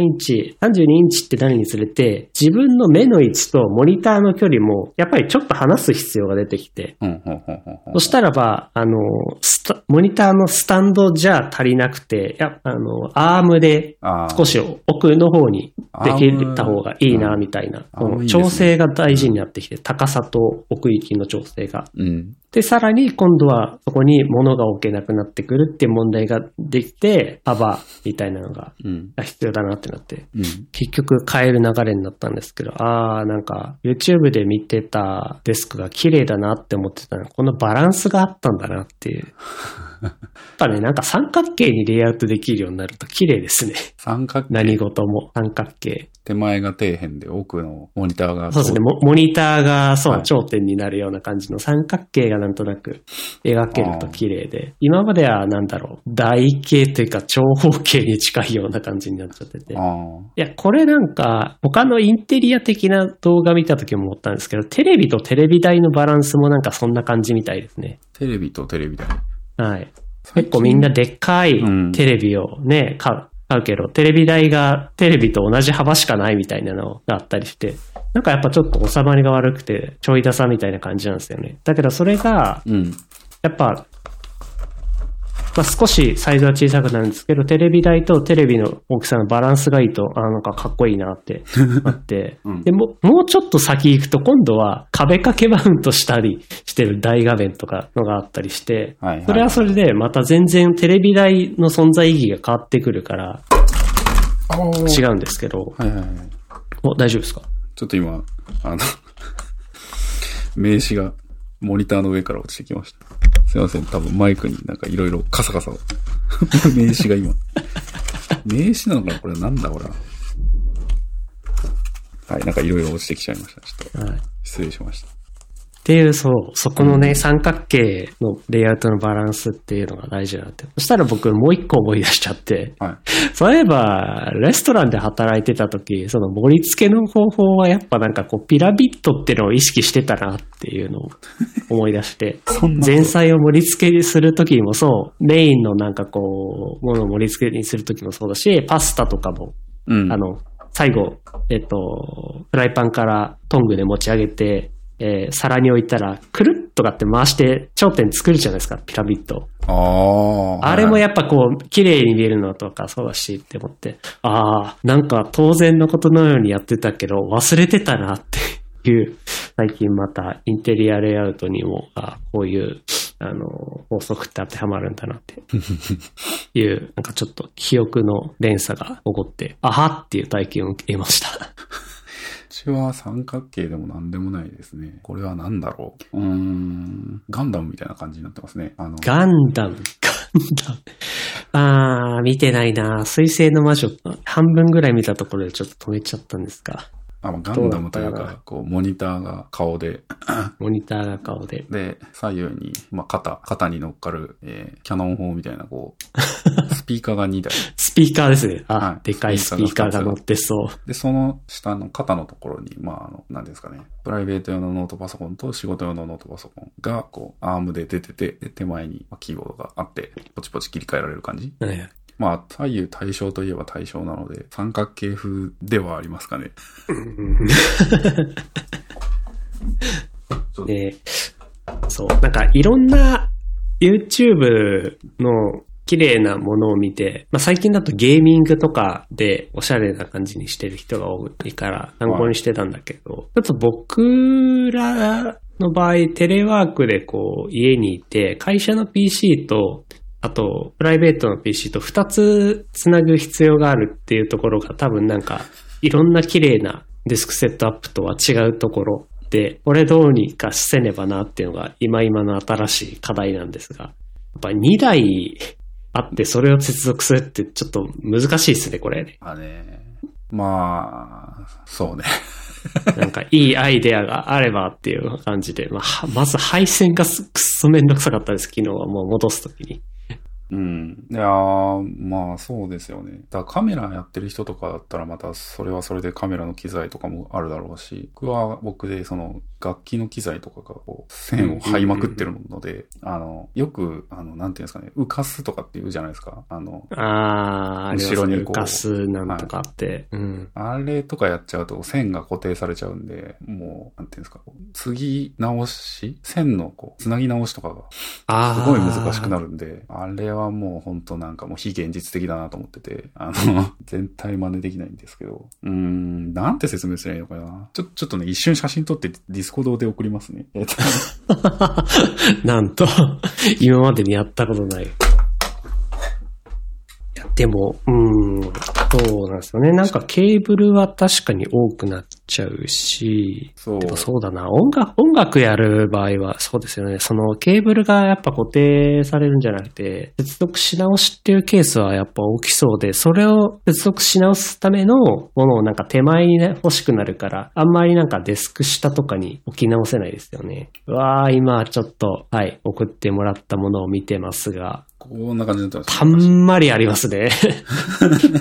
Speaker 2: インチ、32インチってなるにつれて、自分の目の位置とモニターの距離も、やっぱりちょっと離す必要が出てきて、
Speaker 1: うん。うん、ほんほんほんほん
Speaker 2: そしたらば、あの、スタモニターのスタンドじゃ足りなくて、やあの、アームで
Speaker 1: ああ。
Speaker 2: 少し奥の方にできた方がいい
Speaker 1: あーう
Speaker 2: な、
Speaker 1: ん
Speaker 2: みたいな。
Speaker 1: あー
Speaker 2: うん
Speaker 1: いいですね
Speaker 2: 調整が大事になってきて、高さと奥行きの調整が。
Speaker 1: うん。
Speaker 2: で、さらに今度はそこに物が置けなくなってくるっていう問題ができて、幅みたいなのが
Speaker 1: うん。
Speaker 2: 必要だなってなって。
Speaker 1: うん。
Speaker 2: 結局変える流れになったんですけど、あーなんか YouTube で見てたデスクが綺麗だなって思ってたのこのバランスがあったんだなっていう。やっぱね、なんか三角形にレイアウトできるようになると綺麗ですね。
Speaker 1: 三角形
Speaker 2: 何事も三角形。
Speaker 1: 手前が底辺で奥のモニターが。
Speaker 2: そうですね。モモニターが、そう、
Speaker 1: はい
Speaker 2: 頂点になるような感じの三角形がなんとなく描けると綺麗で、今まではなんだろう、台形というか長方形に近いような感じになっちゃってて。い
Speaker 1: ああ。
Speaker 2: や、これなんか、他のインテリア的な動画見た時も思ったんですけど、テレビとテレビ台のバランスもなんかそんな感じみたいですね。
Speaker 1: テレビとテレビ台。
Speaker 2: はい。結構みんなでっかい
Speaker 1: うん
Speaker 2: テレビをね、買う買うけど、テレビ台がテレビと同じ幅しかないみたいなのがあったりして、なんかやっぱちょっと収まりが悪くて、ちょい出さみたいな感じなんですよね。だけどそれが、
Speaker 1: うん。
Speaker 2: やっぱ、まあ、少しサイズは小さくなるんですけど、テレビ台とテレビの大きさのバランスがいいと、あなんかかっこいいなってな
Speaker 1: <laughs>
Speaker 2: って、
Speaker 1: うん
Speaker 2: でもう、もうちょっと先行くと、今度は壁掛けマウントしたりしてる大画面とかのがあったりして、
Speaker 1: はいはい
Speaker 2: それはそれでまた全然テレビ台の存在意義が変わってくるから違うんですけど、
Speaker 1: はいはいはい。
Speaker 2: お大丈夫ですか
Speaker 1: ちょっと今、あの、名刺がモニターの上から落ちてきました。すいません、多分マイクになんかいろいろカサカサを。 <laughs> 名刺が今。名刺なのかなこれなんだこれは。はい、なんかいろいろ落ちてきちゃいました。ちょっと
Speaker 2: はい
Speaker 1: 失礼しました。
Speaker 2: っていう、そう、そこのね、三角形のレイアウトのバランスっていうのが大事だなって。そしたら僕もう一個思い出しちゃって、
Speaker 1: はい。
Speaker 2: <laughs> そういえば、レストランで働いてた時、その盛り付けの方法はやっぱなんかこう、ピラミッドってのを意識してたなっていうのを思い出
Speaker 1: <laughs>
Speaker 2: して、
Speaker 1: そんなこと
Speaker 2: 前菜を盛り付けする時もそう、メインのなんかこう、ものを盛り付けにする時もそうだし、パスタとかも
Speaker 1: うん。
Speaker 2: あの、最後、えっと、フライパンからトングで持ち上げて、えー皿に置いたら、くるっとかって回して頂点作るじゃないですか、ピラミッド。
Speaker 1: ああ。
Speaker 2: あれも
Speaker 1: や
Speaker 2: やっぱこう、綺麗に見えるのとかそうだしって思って、ああ、なんか当然のことのようにやってたけど、忘れてたなっていう、最近またインテリアレイアウトにも、あこういう、あの、法則って当てはまるんだなっていう、 <laughs> なんかちょっと記憶の連鎖が起こって、あはっていう体験を得ました。 <laughs>
Speaker 1: うちは三角形でも何でもないですね。これは何だろう。うーん。ガンダムみたいな感じになってますね。あの、
Speaker 2: ガンダム、ガンダム。あー、見てないな。水星の魔女、半分ぐらい見たところでちょっと止めちゃったんですが、
Speaker 1: あまあガンダムという
Speaker 2: どうだったか
Speaker 1: か、こう、モニターが顔で
Speaker 2: モニターが顔で。
Speaker 1: で、左右に、まあ、肩、肩に乗っかる、えーキャノン砲みたいな、こう、スピーカーが2台。
Speaker 2: スピーカーですね。あ、
Speaker 1: はい
Speaker 2: でかいスピーカーが乗ってそう。
Speaker 1: で、その下の肩のところに、まあ、あの、なんていうんですかね、プライベート用のノートパソコンと仕事用のノートパソコンが、こう、アームで出てて、で手前にまあキーボードがあって、ポチポチ切り替えられる感じ。
Speaker 2: はい
Speaker 1: まあ、左右対称といえば対称なので、三角形風ではありますかね。そう
Speaker 2: で、そう、なんかいろんな YouTube の綺麗なものを見て、まあ最近だとゲーミングとかでおしゃれな感じにしてる人が多いから参考にしてたんだけど、ちょっと僕らの場合テレワークでこう家にいて、会社の PC とあと、プライベートの PC と2つつなぐ必要があるっていうところが多分なんか、いろんな綺麗なデスクセットアップとは違うところで、これどうにかせねばなっていうのが今今の新しい課題なんですが、やっぱ2台あってそれを接続するってちょっと難しいですね、これね。
Speaker 1: あね。まあ、そうね。
Speaker 2: なんかいいアイデアがあればっていう感じで、まあ、はまず配線がすくっそめんどくさかったです、昨日はもう戻すときに。
Speaker 1: うん。いやーまあそうですよね。だからカメラやってる人とかだったらまたそれはそれでカメラの機材とかもあるだろうし、僕は僕でその楽器の機材とかがこう線を張りまくってるので、あの、よく、あの、なんていうんですかね、浮かすとかって言うじゃないですか。あの、
Speaker 2: あー、ありますね
Speaker 1: 後ろにこう
Speaker 2: 浮かすなんとかって。うん。
Speaker 1: あれとかやっちゃうと線が固定されちゃうんで、もう、なんていうんですか、こう継ぎ直し線のこう、つなぎ直しとかが
Speaker 2: あ
Speaker 1: す
Speaker 2: ー
Speaker 1: ごい難しくなるんで、あれはもう本当なんかもう非現実的だなと思ってて、あの、 <laughs> 全体真似できないんですけど、うーん、なんて説明すればいいのかな。ちょ、ちょっとね、一瞬写真撮ってディスコードで送りますね。
Speaker 2: <laughs>
Speaker 1: えっと、
Speaker 2: なんと、今までにやったことない。いや、でも、うーん、そうなんですよね。なんかケーブルは確かに多くなっちゃうし、
Speaker 1: そう
Speaker 2: で。もそうだな。音楽、音楽やる場合は、そうですよね。そのケーブルがやっぱ固定されるんじゃなくて、接続し直しっていうケースはやっぱ大きそうで、それを接続し直すためのものをなんか手前にね、欲しくなるから、あんまりなんかデスク下とかに置き直せないですよね。うわー、今ちょっと、はい、送ってもらったものを見てますが、
Speaker 1: こんな感じになって
Speaker 2: た
Speaker 1: ます。
Speaker 2: んまりありますね。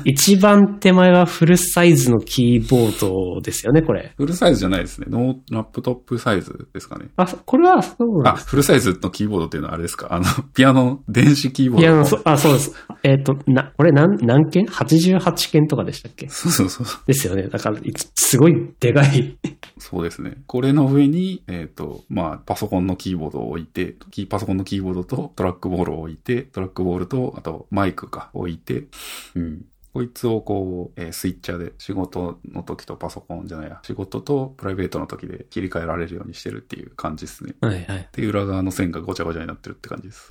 Speaker 2: 一番手前はフルサイズのキーボードですよね、これ。
Speaker 1: フルサイズじゃないですね。ノーラップトップサイズですかね。
Speaker 2: あ、これはそうなん
Speaker 1: あ、
Speaker 2: です
Speaker 1: フルサイズのキーボードっていうのはあれですかあの、ピアノ、電子キーボード。
Speaker 2: いや、そあ、そうです。えっ、と、な、これ何、何件 ?88 件とかでしたっけ
Speaker 1: そうそうそう。
Speaker 2: ですよね。だから、いすごいでかい
Speaker 1: そうですね。これの上に、えっ、と、まあ、パソコンのキーボードを置いて、キーパソコンのキーボードとトラックボールを置いて、トラックボールと、あとマイクか、置いて、うん。こいつをこう、えースイッチャーで仕事の時とパソコンじゃないや、仕事とプライベートの時で切り替えられるようにしてるっていう感じですね。
Speaker 2: はいはい。
Speaker 1: で、裏側の線がごちゃごちゃになってるって感じです。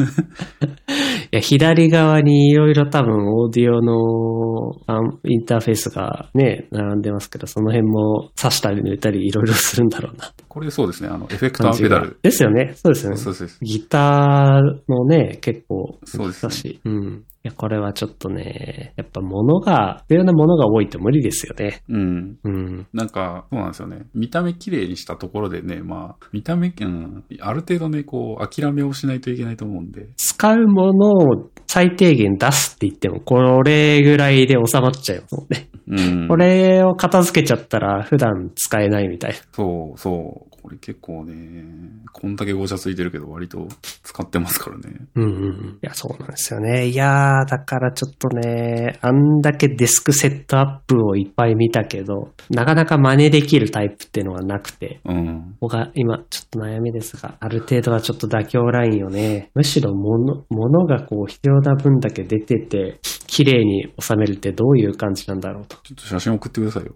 Speaker 2: いや、左側にいろいろ多分オーディオのあんインターフェースがね、並んでますけど、その辺も挿したり抜いたりいろいろするんだろうなって
Speaker 1: これそうですね、あの、エフェクタ
Speaker 2: 感
Speaker 1: ー
Speaker 2: じ
Speaker 1: ペダ
Speaker 2: が
Speaker 1: ル。
Speaker 2: ですよね。そうですよね。
Speaker 1: そうです。
Speaker 2: ギターのね、結構
Speaker 1: そうですね
Speaker 2: 難しい。うん。いや、これはちょっとね、やっぱ物が、必要なものが多いと無理ですよね。
Speaker 1: うん。
Speaker 2: うん。
Speaker 1: なんか、そうなんですよね。見た目綺麗にしたところでね、まあ、見た目、うん、ある程度ね、こう、諦めをしないといけないと思うんで。
Speaker 2: 使うものを最低限出すって言っても、これぐらいで収まっちゃいますもんね。
Speaker 1: うん。
Speaker 2: これを片付けちゃったら普段使えないみたいな。
Speaker 1: そう、そう。これ結構ね、こんだけごちゃついてるけど、割と使ってますからね。
Speaker 2: うんうんうん。いや、そうなんですよね。いやー、だからちょっとね、あんだけデスクセットアップをいっぱい見たけど、なかなか真似できるタイプっていうのがなくて、
Speaker 1: うん。
Speaker 2: ここが今ちょっと悩みですが、ある程度はちょっと妥協ラインをね、むしろ物、物がこう必要な分だけ出てて、綺麗に収めるってどういう感じなんだろうと。
Speaker 1: ちょっと写真送ってくださいよ。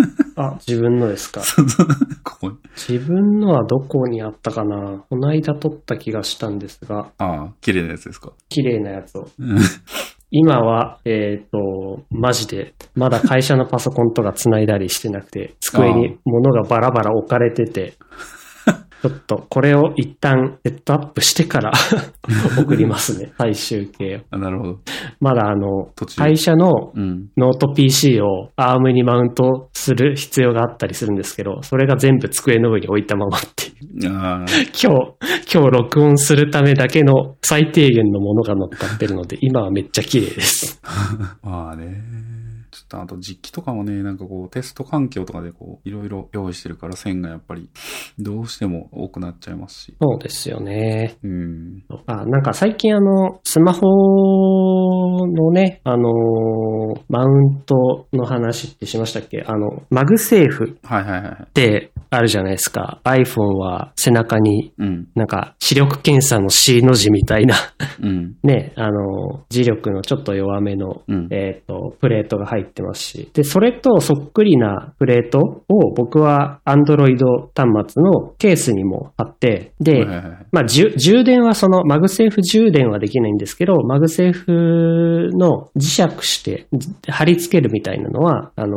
Speaker 1: <laughs>
Speaker 2: あ、自分のですか。
Speaker 1: ここに。
Speaker 2: 自分のはどこにあったかなこの間撮った気がしたんですが、
Speaker 1: ああ、綺麗なやつですか。
Speaker 2: 綺麗なやつを。
Speaker 1: うん。
Speaker 2: 今は、えっ、と、マジで、まだ会社のパソコンとか繋いだりしてなくて、机に物がバラバラ置かれてて、ちょっとこれを一旦セットアップしてから <laughs> 送りますね、最終形を。
Speaker 1: あなるほど。
Speaker 2: まだあの
Speaker 1: 途、中
Speaker 2: 会社の
Speaker 1: うん。
Speaker 2: ノート PC を ARM にマウントする必要があったりするんですけど、それが全部机の上に置いたままっていう。
Speaker 1: ああ、
Speaker 2: 今日、今日録音するためだけの最低限のものが乗っかってるので、今はめっちゃ綺麗です。
Speaker 1: まあね。ちょっとあと実機とかもね、なんかこうテスト環境とかでこういろいろ用意してるから線がやっぱりどうしても多くなっちゃいますし。
Speaker 2: そうですよね。
Speaker 1: うん。
Speaker 2: あ、なんか最近あの、スマホのね、あのー、マウントの話ってしましたっけあの、マグセーフ
Speaker 1: はいはいはいはい
Speaker 2: っ。てあるじゃないですか。iPhone は背中に
Speaker 1: うん。
Speaker 2: なんか視力検査の C の字みたいな
Speaker 1: うん。
Speaker 2: ね、あのー、磁力のちょっと弱めの
Speaker 1: うん。
Speaker 2: えっ、と、プレートが入ってますし。で、それとそっくりなプレートを僕は Android 端末のケースにも貼って、
Speaker 1: は
Speaker 2: で
Speaker 1: い、はいはい。
Speaker 2: まあ、じゅ充電はその、マグセーフ充電はできないんですけど、マグセーフの磁石してじ貼り付けるみたいなのは、あの、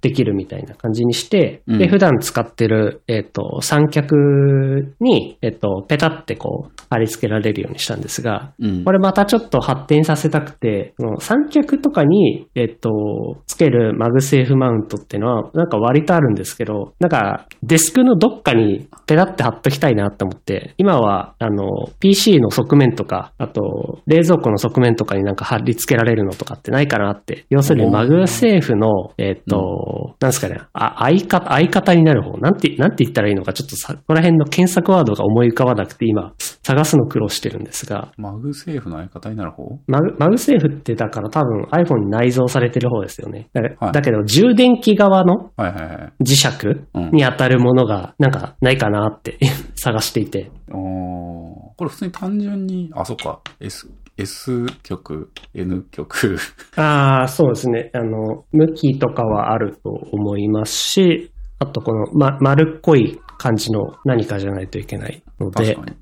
Speaker 2: できるみたいな感じにして、
Speaker 1: うん
Speaker 2: で、普段使ってる、えっ、と、三脚に、えっ、と、ペタってこう、貼り付けられるようにしたんですが、
Speaker 1: うん。
Speaker 2: これまたちょっと発展させたくて、その三脚とかに、えっと、つけるマグセーフマウントっていうのは、なんか割とあるんですけど、なんかデスクのどっかにペタって貼っときたいなと思って、今は、あの、PC の側面とか、あと、冷蔵庫の側面とかになんか貼り付けられるのとかってないかなって。要する
Speaker 1: お
Speaker 2: に
Speaker 1: ー
Speaker 2: マグセーフの、えっと、なんですかね、あ、相方、相方になる方、なんて、なんて言ったらいいのか、ちょっとさ、この辺の検索ワードが思い浮かばなくて、今、探すの苦労してるんですが、
Speaker 1: マグセーフの相方になる方
Speaker 2: マグマグセーフってだから多分 iPhone に内蔵されてる方ですよね。だ,、
Speaker 1: はい
Speaker 2: だけど充電器側の
Speaker 1: はいはいはい。
Speaker 2: 磁石
Speaker 1: うん
Speaker 2: に当たるものがなんかないかなって <laughs> 探していて。
Speaker 1: おーこれ普通に単純に、あ、そっか。S、S 曲、N 曲。
Speaker 2: ああ、そうですね。あの、向きとかはあると思いますし、あとこの、ま、丸っこい感じの何かじゃないといけないの
Speaker 1: 確
Speaker 2: で
Speaker 1: か、に。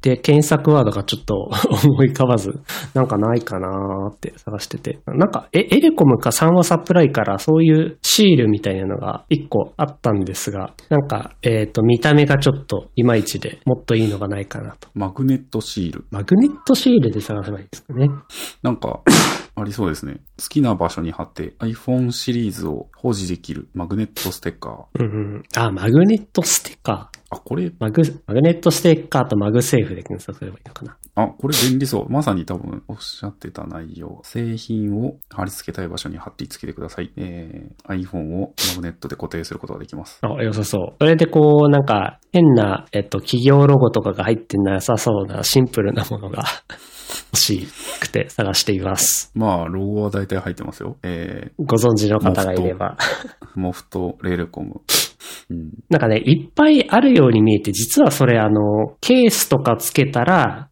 Speaker 2: で、検索ワードがちょっと <laughs> 思い浮かばず、なんかないかなーって探してて。なんか、え、エレコムかサンワサプライからそういうシールみたいなのが一個あったんですが、なんか、えっ、と、見た目がちょっといまいちでもっといいのがないかなと。
Speaker 1: マグネットシール。
Speaker 2: マグネットシールで探せばいいですかね。
Speaker 1: なんか、ありそうですね。好きな場所に貼って iPhone シリーズを保持できるマグネットステッカー。
Speaker 2: うんうん。あ、マグネットステッカー。
Speaker 1: あ、これ、
Speaker 2: マグ、マグネットステッカーとマグセーフで検索すればいいのかな。
Speaker 1: あ、これ便利そう。まさに多分おっしゃってた内容。製品を貼り付けたい場所に貼って付けてください。えー、iPhone をマグネットで固定することができます。
Speaker 2: あ、良さそう。それでこう、なんか、変な、えっと、企業ロゴとかが入ってなさそうなシンプルなものが <laughs> 欲しくて探しています。
Speaker 1: まあ、ロゴは大体入ってますよ。え
Speaker 2: ご存知の方がいれば。
Speaker 1: ー、モフとレールコム。 <laughs> うん。
Speaker 2: なんかね、いっぱいあるように見えて、実はそれあの、ケースとかつけたら、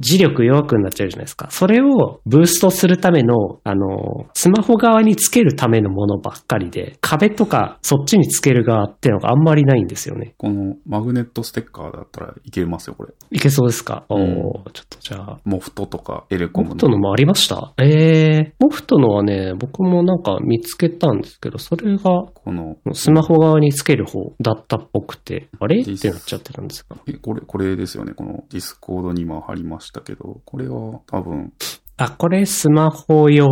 Speaker 2: 磁力弱くなっちゃうじゃないですか。それをブーストするための、あの、スマホ側につけるためのものばっかりで、壁とかそっちにつける側っていうのがあんまりないんですよね。
Speaker 1: このマグネットステッカーだったらいけますよ、これ。
Speaker 2: いけそうですか、
Speaker 1: うん
Speaker 2: おーちょっとじゃあ。
Speaker 1: モフトとかエレコ
Speaker 2: モ
Speaker 1: ム
Speaker 2: フトのもありましたえー、モフトのはね、僕もなんか見つけたんですけど、それが、
Speaker 1: この、
Speaker 2: スマホ側につける方だったっぽくて、あれってなっちゃってたんですが。
Speaker 1: え、これ、これですよね。このディスコードに今貼りましたけど、これは多分、
Speaker 2: あ、これスマホ用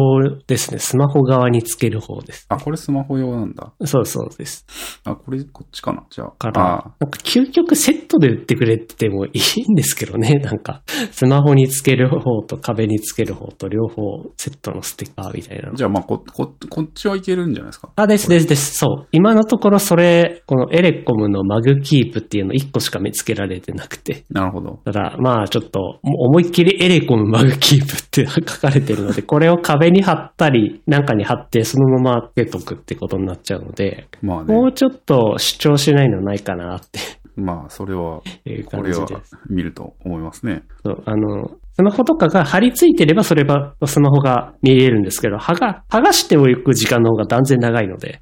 Speaker 2: ですね。スマホ側につける方です。
Speaker 1: あ、これスマホ用なんだ。
Speaker 2: そうそうです。
Speaker 1: あ、これ、こっちかな。じゃあ。
Speaker 2: から
Speaker 1: あ、
Speaker 2: なんか究極セットで売ってくれてもいいんですけどね。 <laughs> なんか、スマホにつける方と壁につける方と両方セットのステッカーみたいなの
Speaker 1: じゃあ、まあ、こ、こ、こっちはいけるんじゃないですか。
Speaker 2: あ、ですですです。そう。今のところそれ、このエレコムのマグキープっていうの1個しか見つけられてなくて。
Speaker 1: なるほど。
Speaker 2: ただ、まあちょっと、もう思いっきりエレコムマグキープって書かれてるので、これを壁に貼ったり、なんかに貼って、そのままつけとくってことになっちゃうので、
Speaker 1: まあ
Speaker 2: も
Speaker 1: ね
Speaker 2: う。ちょっと主張しないのないかなって
Speaker 1: まあ、それは、
Speaker 2: いう
Speaker 1: こ
Speaker 2: 感じ
Speaker 1: れ
Speaker 2: で
Speaker 1: は
Speaker 2: す。
Speaker 1: 見ると思いますね。 <laughs>
Speaker 2: そうあの、スマホとかが貼り付いてれば、それはスマホが見れるんですけど、剥が、剥がしておく時間の方が断然長いので。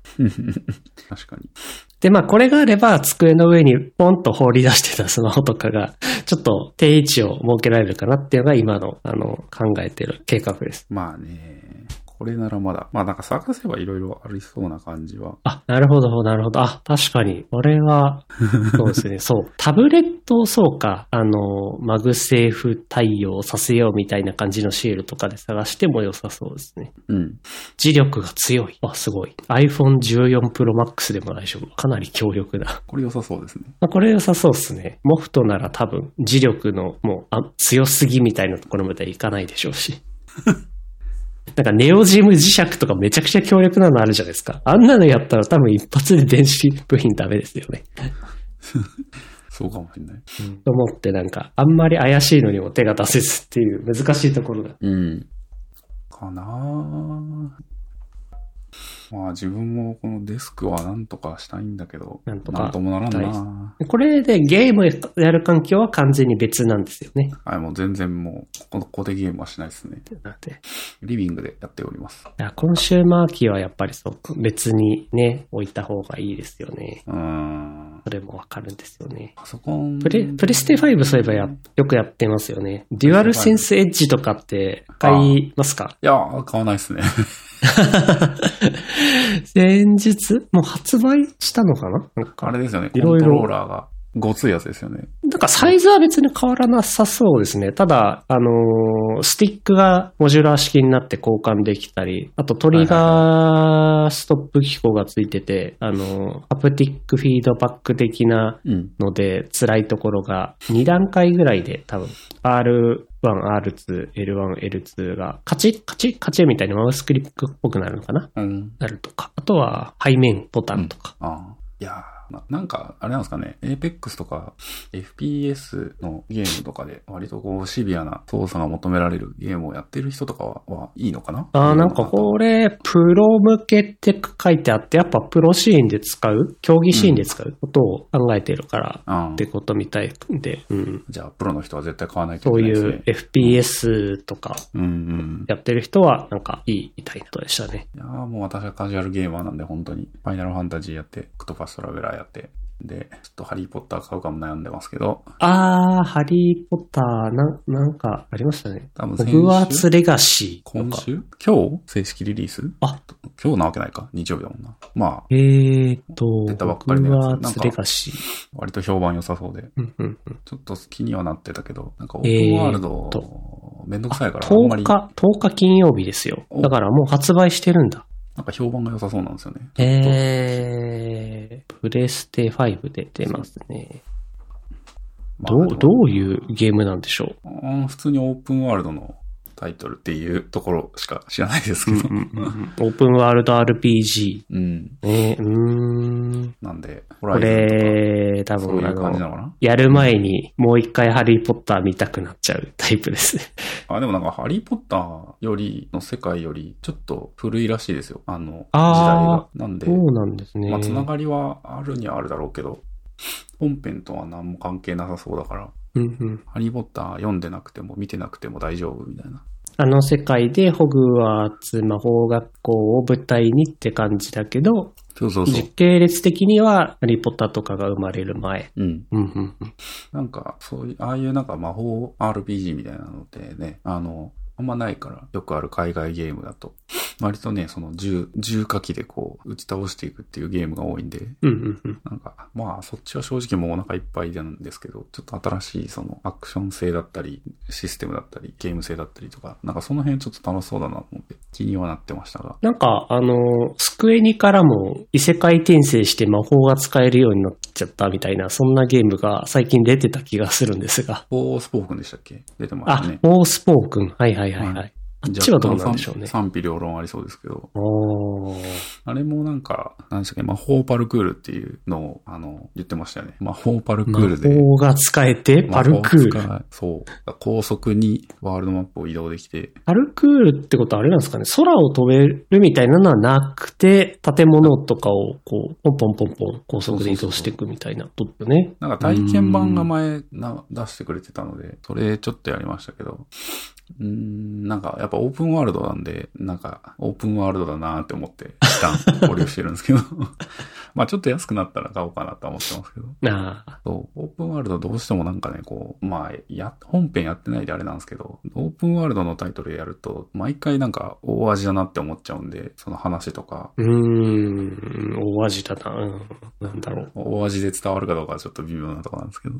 Speaker 1: 確かに。
Speaker 2: で、まあこれがあれば、机の上にポンと放り出してたスマホとかが、ちょっと定位置を設けられるかなっていうのが今の、あの、考えてる計画です。
Speaker 1: まあね。これならまだ。まあ、なんか探せばいろいろありそうな感じは。
Speaker 2: あ、なるほど、なるほど。あ、確かに。これは、そうです <laughs> ね。そう。タブレットをそうか、あの、マグセーフ対応させようみたいな感じのシールとかで探しても良さそうですね。
Speaker 1: うん。
Speaker 2: 磁力が強い。あ、すごい。iPhone 14 Pro Max でも大丈夫。かなり強力だ。
Speaker 1: これ良さそうですね。
Speaker 2: まあこれ良さそうですね。モフトなら多分、磁力のもうあ強すぎみたいなところまではいかないでしょうし。なんかネオジム磁石とかめちゃくちゃ強力なのあるじゃないですか。あんなのやったら多分一発で電子部品ダメですよね。
Speaker 1: そうかもしれない。
Speaker 2: と思ってなんか、あんまり怪しいのにも手が出せずっていう難しいところが。
Speaker 1: うん。かなあまあ自分もこのデスクはなんとかしたいんだけど、
Speaker 2: なんとか
Speaker 1: なんともならん
Speaker 2: したいです
Speaker 1: な。
Speaker 2: これでゲームやる環境は完全に別なんですよね。
Speaker 1: はい、もう全然もう、このここでゲームはしないですね。
Speaker 2: なんで。
Speaker 1: リビングでやっております。
Speaker 2: いやコンシューマー機はやっぱりそう、別にね、置いた方がいいですよね。
Speaker 1: うーん。
Speaker 2: それもわかるんですよね。
Speaker 1: パソコン。
Speaker 2: プレ、プレステ5そういえばや、よくやってますよね。デュアルセンスエッジとかって買いますか <laughs>
Speaker 1: いやー、買わないですね。
Speaker 2: 先日もう発売したのかななんか
Speaker 1: あれですよね。コ
Speaker 2: い
Speaker 1: ン
Speaker 2: ろいろ
Speaker 1: トローラーがごついやつですよね。
Speaker 2: なんかサイズは別に変わらなさそうですね。ただ、あのースティックがモジュラー式になって交換できたり、あとトリガーストップ機構がついてて、あのーアプティックフィードバック的な
Speaker 1: うん。
Speaker 2: ので、辛いところが2段階ぐらいで多分 R1、R2、L1、L2 がカチッカチッカチッみたいにマウスクリックっぽくなるのかな
Speaker 1: うん。
Speaker 2: なるとか。あとは背面ボタンとか。
Speaker 1: ああ。いやーななんか、あれなんですかね、APEX とか FPS のゲームとかで割とこうシビアな操作が求められるゲームをやってる人とかははいいのかな
Speaker 2: ああ、なんかこれ、プロ向けって書いてあって、やっぱプロシーンで使う、競技シーンで使うことを考えてるから、
Speaker 1: あ
Speaker 2: っ
Speaker 1: あ
Speaker 2: てことみたいで、うん。
Speaker 1: じゃあ、プロの人は絶対買わないと
Speaker 2: そう
Speaker 1: いけないいですね。
Speaker 2: う FPS とか
Speaker 1: うんうん。
Speaker 2: やってる人は、なんかいいみたいなことでしたね。
Speaker 1: いやーもう私はカジュアルゲーマーなんで、本当に。ファイナルファンタジーやって、クトパストラベラーやって。で、ちょっとハリーポッター買うかも悩んでますけど、
Speaker 2: あー、ハリーポッター、なん、なんかありましたね。
Speaker 1: 多分
Speaker 2: ホ
Speaker 1: 先
Speaker 2: グワー
Speaker 1: 週
Speaker 2: ツレガシーと
Speaker 1: 今
Speaker 2: か。
Speaker 1: 週今日正式リリース
Speaker 2: あ
Speaker 1: 今日なわけないか。日曜日だもんな。まあ、
Speaker 2: えーっと、
Speaker 1: 出たばっ
Speaker 2: ホ
Speaker 1: かりの
Speaker 2: グ
Speaker 1: やつ
Speaker 2: ワーツレガシー。
Speaker 1: 割と評判良さそうで、
Speaker 2: うんうんうん。
Speaker 1: ちょっと気にはなってたけど、なんかオープ
Speaker 2: えー
Speaker 1: ン
Speaker 2: と
Speaker 1: ワールド、めんどくさいから、あんま
Speaker 2: 10
Speaker 1: り、
Speaker 2: 日、10日金曜日ですよ。
Speaker 1: お
Speaker 2: だからもう発売してるんだ。
Speaker 1: なんか評判が良さそうなんですよね。
Speaker 2: えー、プレステ5で出ますね。
Speaker 1: まあ
Speaker 2: どう、
Speaker 1: でも
Speaker 2: どういうゲームなんでしょう
Speaker 1: うん普通にオープンワールドのタイトルっていうところしか知らないですけ
Speaker 2: オ
Speaker 1: ど。
Speaker 2: ープンワールド RPG。
Speaker 1: うん。
Speaker 2: ね、うーん。
Speaker 1: なんで、ホ
Speaker 2: こ
Speaker 1: ライズンとか、
Speaker 2: れ、多
Speaker 1: そう
Speaker 2: 分
Speaker 1: い
Speaker 2: あ
Speaker 1: う感じな
Speaker 2: の、
Speaker 1: のかな
Speaker 2: やる前にもう一回ハリーポッター見たくなっちゃうタイプですね。
Speaker 1: あ、でもなんか、ハリーポッターより、の世界より、ちょっと古いらしいですよ。あの、
Speaker 2: あ
Speaker 1: 時代が。なんで、
Speaker 2: そうなんですね。
Speaker 1: まあ、つながりはあるにはあるだろうけど、 <laughs> 本編とは何も関係なさそうだから、
Speaker 2: うんうん。
Speaker 1: ハリーポッター読んでなくても見てなくても大丈夫みたいな。
Speaker 2: あの世界でホグワーツ魔法学校を舞台にって感じだけど、
Speaker 1: そうそうそう
Speaker 2: 時。系列的にはハリーポッターとかが生まれる前。
Speaker 1: うん。
Speaker 2: うんうんうん。
Speaker 1: なんか、そういう、ああいうなんか魔法 RPG みたいなのってね、あの、あんまないから、よくある海外ゲームだと。割とね、その銃、銃火器でこう、打ち倒していくっていうゲームが多いんで、
Speaker 2: うんうんうん。
Speaker 1: なんか、まあ、そっちは正直もうお腹いっぱいなんですけど、ちょっと新しいそのアクション性だったり、システムだったり、ゲーム性だったりとか、なんかその辺ちょっと楽しそうだなと思って気にはなってましたが。
Speaker 2: なんか、あの、スクエニからも異世界転生して魔法が使えるようになっちゃったみたいな、そんなゲームが最近出てた気がするんですが。
Speaker 1: フォースポークンでしたっけ出てました
Speaker 2: あ
Speaker 1: ね、。
Speaker 2: オースポー君。はいはいはいは。
Speaker 1: はい
Speaker 2: あっちはどうなんでしょうね
Speaker 1: 若干。賛賛否両論ありそうですけど、
Speaker 2: おー
Speaker 1: あれもなんか、何でしたっけ、魔法パルクールっていうのを、あの、言ってましたよね。魔法パルクールで。
Speaker 2: 魔法が使えて、パルクー
Speaker 1: 魔
Speaker 2: ル。
Speaker 1: 法使いそう。高速にワールドマップを移動できて、
Speaker 2: パルクールってことはあれなんですかね、空を飛べるみたいなのはなくて、建物とかをこう、ポンポンポンポン高速で移動していくみたいなことだよね。
Speaker 1: なんか体験版が前な出してくれてたので、それちょっとやりましたけど、うーん、なんかやっぱオープンワールドなんで、なんかオープンワールドだなーって思って、一旦保留してるんですけど、 <laughs> まあちょっと安くなったら買おうかなとは思ってますけど、
Speaker 2: ああ。
Speaker 1: そう、オープンワールドどうしてもなんかね、こう、まあ、や、本編やってないであれなんですけど、オープンワールドのタイトルやると、毎回なんか大味だなって思っちゃうんで、その話とか、
Speaker 2: うーん、大味だな。うんなんだろう。
Speaker 1: 大味で伝わるかどうかはちょっと微妙なとこなんですけど。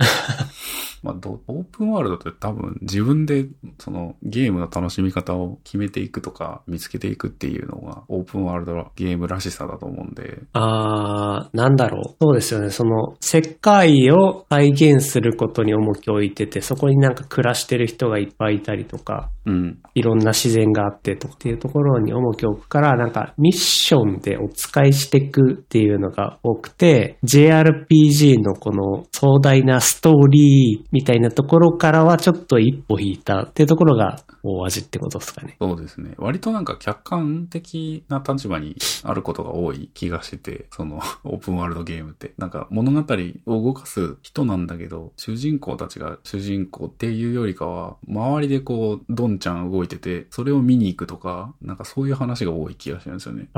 Speaker 1: <laughs> まあど、オープンワールドって多分自分でそのゲームの楽しみ方を決めていくとか見つけていくっていうのがオープンワールドゲームらしさだと思うんで、
Speaker 2: あー、なんだろう。そうですよね。その、世界を再現することに重きを置いてて、そこになんか暮らしてる人がいっぱいいたりとか、
Speaker 1: うん。
Speaker 2: いろんな自然があってとかっていうところに重きを置くから、なんかミッションでお使いしていくっていうのが多くて、JRPG のこの壮大なストーリーみたいなところからはちょっと一歩引いたっていうところが大味ってことですかね。
Speaker 1: そうですね。割となんか客観的な立場にあることが多い気がしてて、その <laughs> オープンワールドゲームって。なんか物語を動かす人なんだけど、主人公たちが主人公っていうよりかは、周りでこう、ドンちゃん動いてて、それを見に行くとか、なんかそういう話が多い気がしてるんですよね。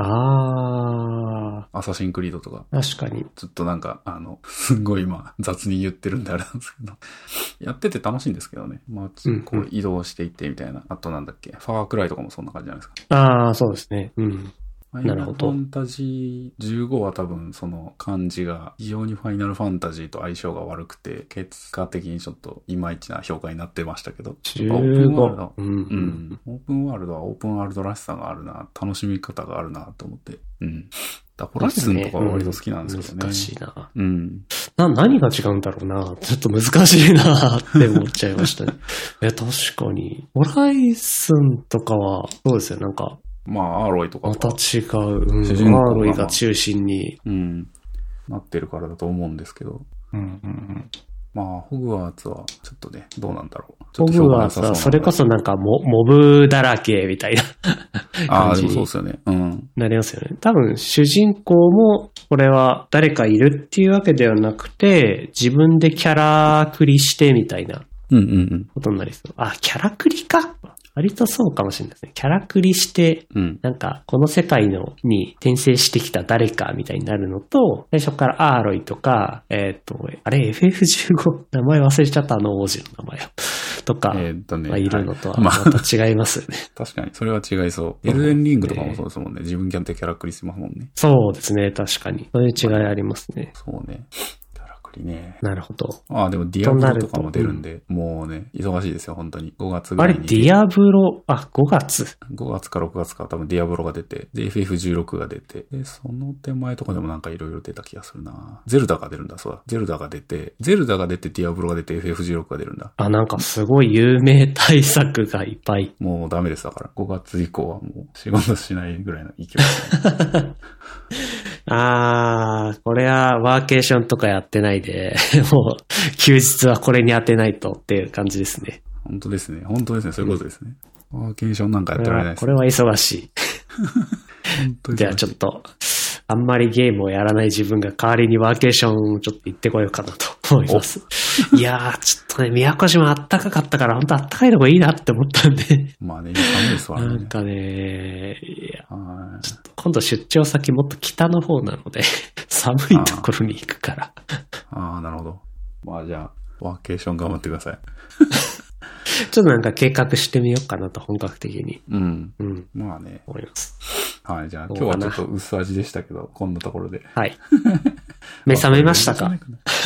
Speaker 2: あ
Speaker 1: アサシンクリードとか。
Speaker 2: ー、確かに。
Speaker 1: ちょっとなんか、あの、すんごい今、雑に言ってるんであれなんですけど、 <laughs> やってて楽しいんですけどね。まあ、つ
Speaker 2: うんうん
Speaker 1: こう移動していってみたいな。あとなんだっけ、ファークライとかもそんな感じじゃないですか。
Speaker 2: ああ、そうですね。うん。
Speaker 1: ファイ
Speaker 2: な
Speaker 1: ナ
Speaker 2: る
Speaker 1: ル
Speaker 2: ほ
Speaker 1: フ
Speaker 2: ど
Speaker 1: ァンタジー15は多分その漢字が非常にファイナルファンタジーと相性が悪くて、結果的にちょっといまいちな評価になってましたけど。やっぱオープンワール
Speaker 2: 15
Speaker 1: ド。
Speaker 2: うん
Speaker 1: う。ん。オープンワールドはオープンワールドらしさがあるな、楽しみ方があるなと思って。うん。だホライズンとかは割と好きなんですけどね。
Speaker 2: 難しいな。
Speaker 1: うん。
Speaker 2: な、何が違うんだろうな。ちょっと難しいなって思っちゃいまし
Speaker 1: <laughs>
Speaker 2: たね。いや、確かに。ホライスンとかは、そうですよ。なんか、
Speaker 1: まあ、アーロイとか
Speaker 2: ま
Speaker 1: は
Speaker 2: た違う。うん。
Speaker 1: 主人公が
Speaker 2: マーロイが中心に。
Speaker 1: うん。なってるからだと思うんですけど。
Speaker 2: うんうんうん。
Speaker 1: まあ、ホグワーツは、ちょっとね、どうなんだろう。ちょ
Speaker 2: ホ
Speaker 1: っと評
Speaker 2: グ
Speaker 1: 価
Speaker 2: ワ
Speaker 1: な
Speaker 2: ーツ
Speaker 1: さうな
Speaker 2: は、
Speaker 1: んで
Speaker 2: それこそなんかモ、モブだらけみたいな。
Speaker 1: ああ、で
Speaker 2: 感じ
Speaker 1: も
Speaker 2: に
Speaker 1: そうですよね。うん。
Speaker 2: なりますよね。多分、主人公も、これは誰かいるっていうわけではなくて、自分でキャラクリしてみたいな
Speaker 1: うんうんうん。
Speaker 2: ことになりそう。あ、キャラクリか割とそうかもしれないですね。キャラクリして、
Speaker 1: うん。
Speaker 2: なんか、この世界のに転生してきた誰かみたいになるのと、最初からアーロイとか、えっ、と、あれ、FF15、名前忘れちゃった、あの王子の名前を。とか、
Speaker 1: えーっとね。
Speaker 2: まあ、いるのとは
Speaker 1: ま
Speaker 2: ま
Speaker 1: あ、
Speaker 2: た違いますよ
Speaker 1: <laughs>
Speaker 2: ね。
Speaker 1: 確かに、それは違いそう。エ
Speaker 2: うん
Speaker 1: ルデンリングとかもそうですもんね。自分キャンってキャラクリしますもんね。
Speaker 2: そうですね、確かに。そういう違いありますね。
Speaker 1: そうね。キャラクリね。
Speaker 2: なるほど。
Speaker 1: ああ、でもディアブロとかも出るんで、もうね、忙しいですよ、本当に。5月ぐ
Speaker 2: あ
Speaker 1: ら
Speaker 2: れ、
Speaker 1: い
Speaker 2: デ
Speaker 1: に。
Speaker 2: ィアブロ、あ、5月。
Speaker 1: 5月か6月か多分ディアブロが出て、で、FF16 が出て、で、その手前とかでもなんかいろいろ出た気がするなゼルダが出るんだ、そうだ。ゼルダが出て、ゼルダが出て、ディアブロが出て、FF16 が出るんだ。
Speaker 2: あ、なんかすごい有名対策がいっぱい。
Speaker 1: もうダメです、だから。5月以降はもう仕事しないぐらいの勢い。
Speaker 2: あー、なこれはワーケーションとかやってないで、 <laughs> もう休日はこれに当てないとっていう感じですね。
Speaker 1: 本当ですね。本当ですね。そういうことですね。ワーケーションなんかやっ
Speaker 2: こ
Speaker 1: てら
Speaker 2: れ
Speaker 1: れない
Speaker 2: は
Speaker 1: です
Speaker 2: こ。れは忙しい。
Speaker 1: 本当に
Speaker 2: じゃあちょっと、あんまりゲームをやらない自分が代わりにワーケーションをちょっと行ってこようかなと思います。いやー、ちょっとね、宮古島あったかかったから、ほんとあったかいのがいいなって思ったんで。
Speaker 1: まあね、今寒いですわ
Speaker 2: な
Speaker 1: ね
Speaker 2: ん。かね、いや、
Speaker 1: はい
Speaker 2: 今度出張先もっと北の方な
Speaker 1: <laughs>
Speaker 2: ので、寒いところに行くから。
Speaker 1: ああ、なるほど。まあじゃあ、ワーケーション頑張ってください。
Speaker 2: ちょっとなんか計画してみようかなと、本格的に。
Speaker 1: うん。
Speaker 2: うん、
Speaker 1: まあね。
Speaker 2: 思います。
Speaker 1: はい、じゃあ
Speaker 2: ど
Speaker 1: 今
Speaker 2: う
Speaker 1: 日
Speaker 2: かな
Speaker 1: はちょっと薄味でしたけど、こんなところで。 <laughs>
Speaker 2: はい。目覚めましたか
Speaker 1: はい、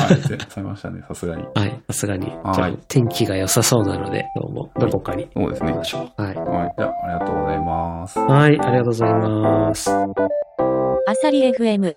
Speaker 1: 目覚めましたね、さすがに。
Speaker 2: はい、さすがに。
Speaker 1: い
Speaker 2: じゃあ、天気が良さそうなので、どうも、どこかに。
Speaker 1: そうですね。はい、じ
Speaker 2: はい。
Speaker 1: ゃあありがとうございます。
Speaker 2: はい、ありがとうございます。
Speaker 3: アサリ FM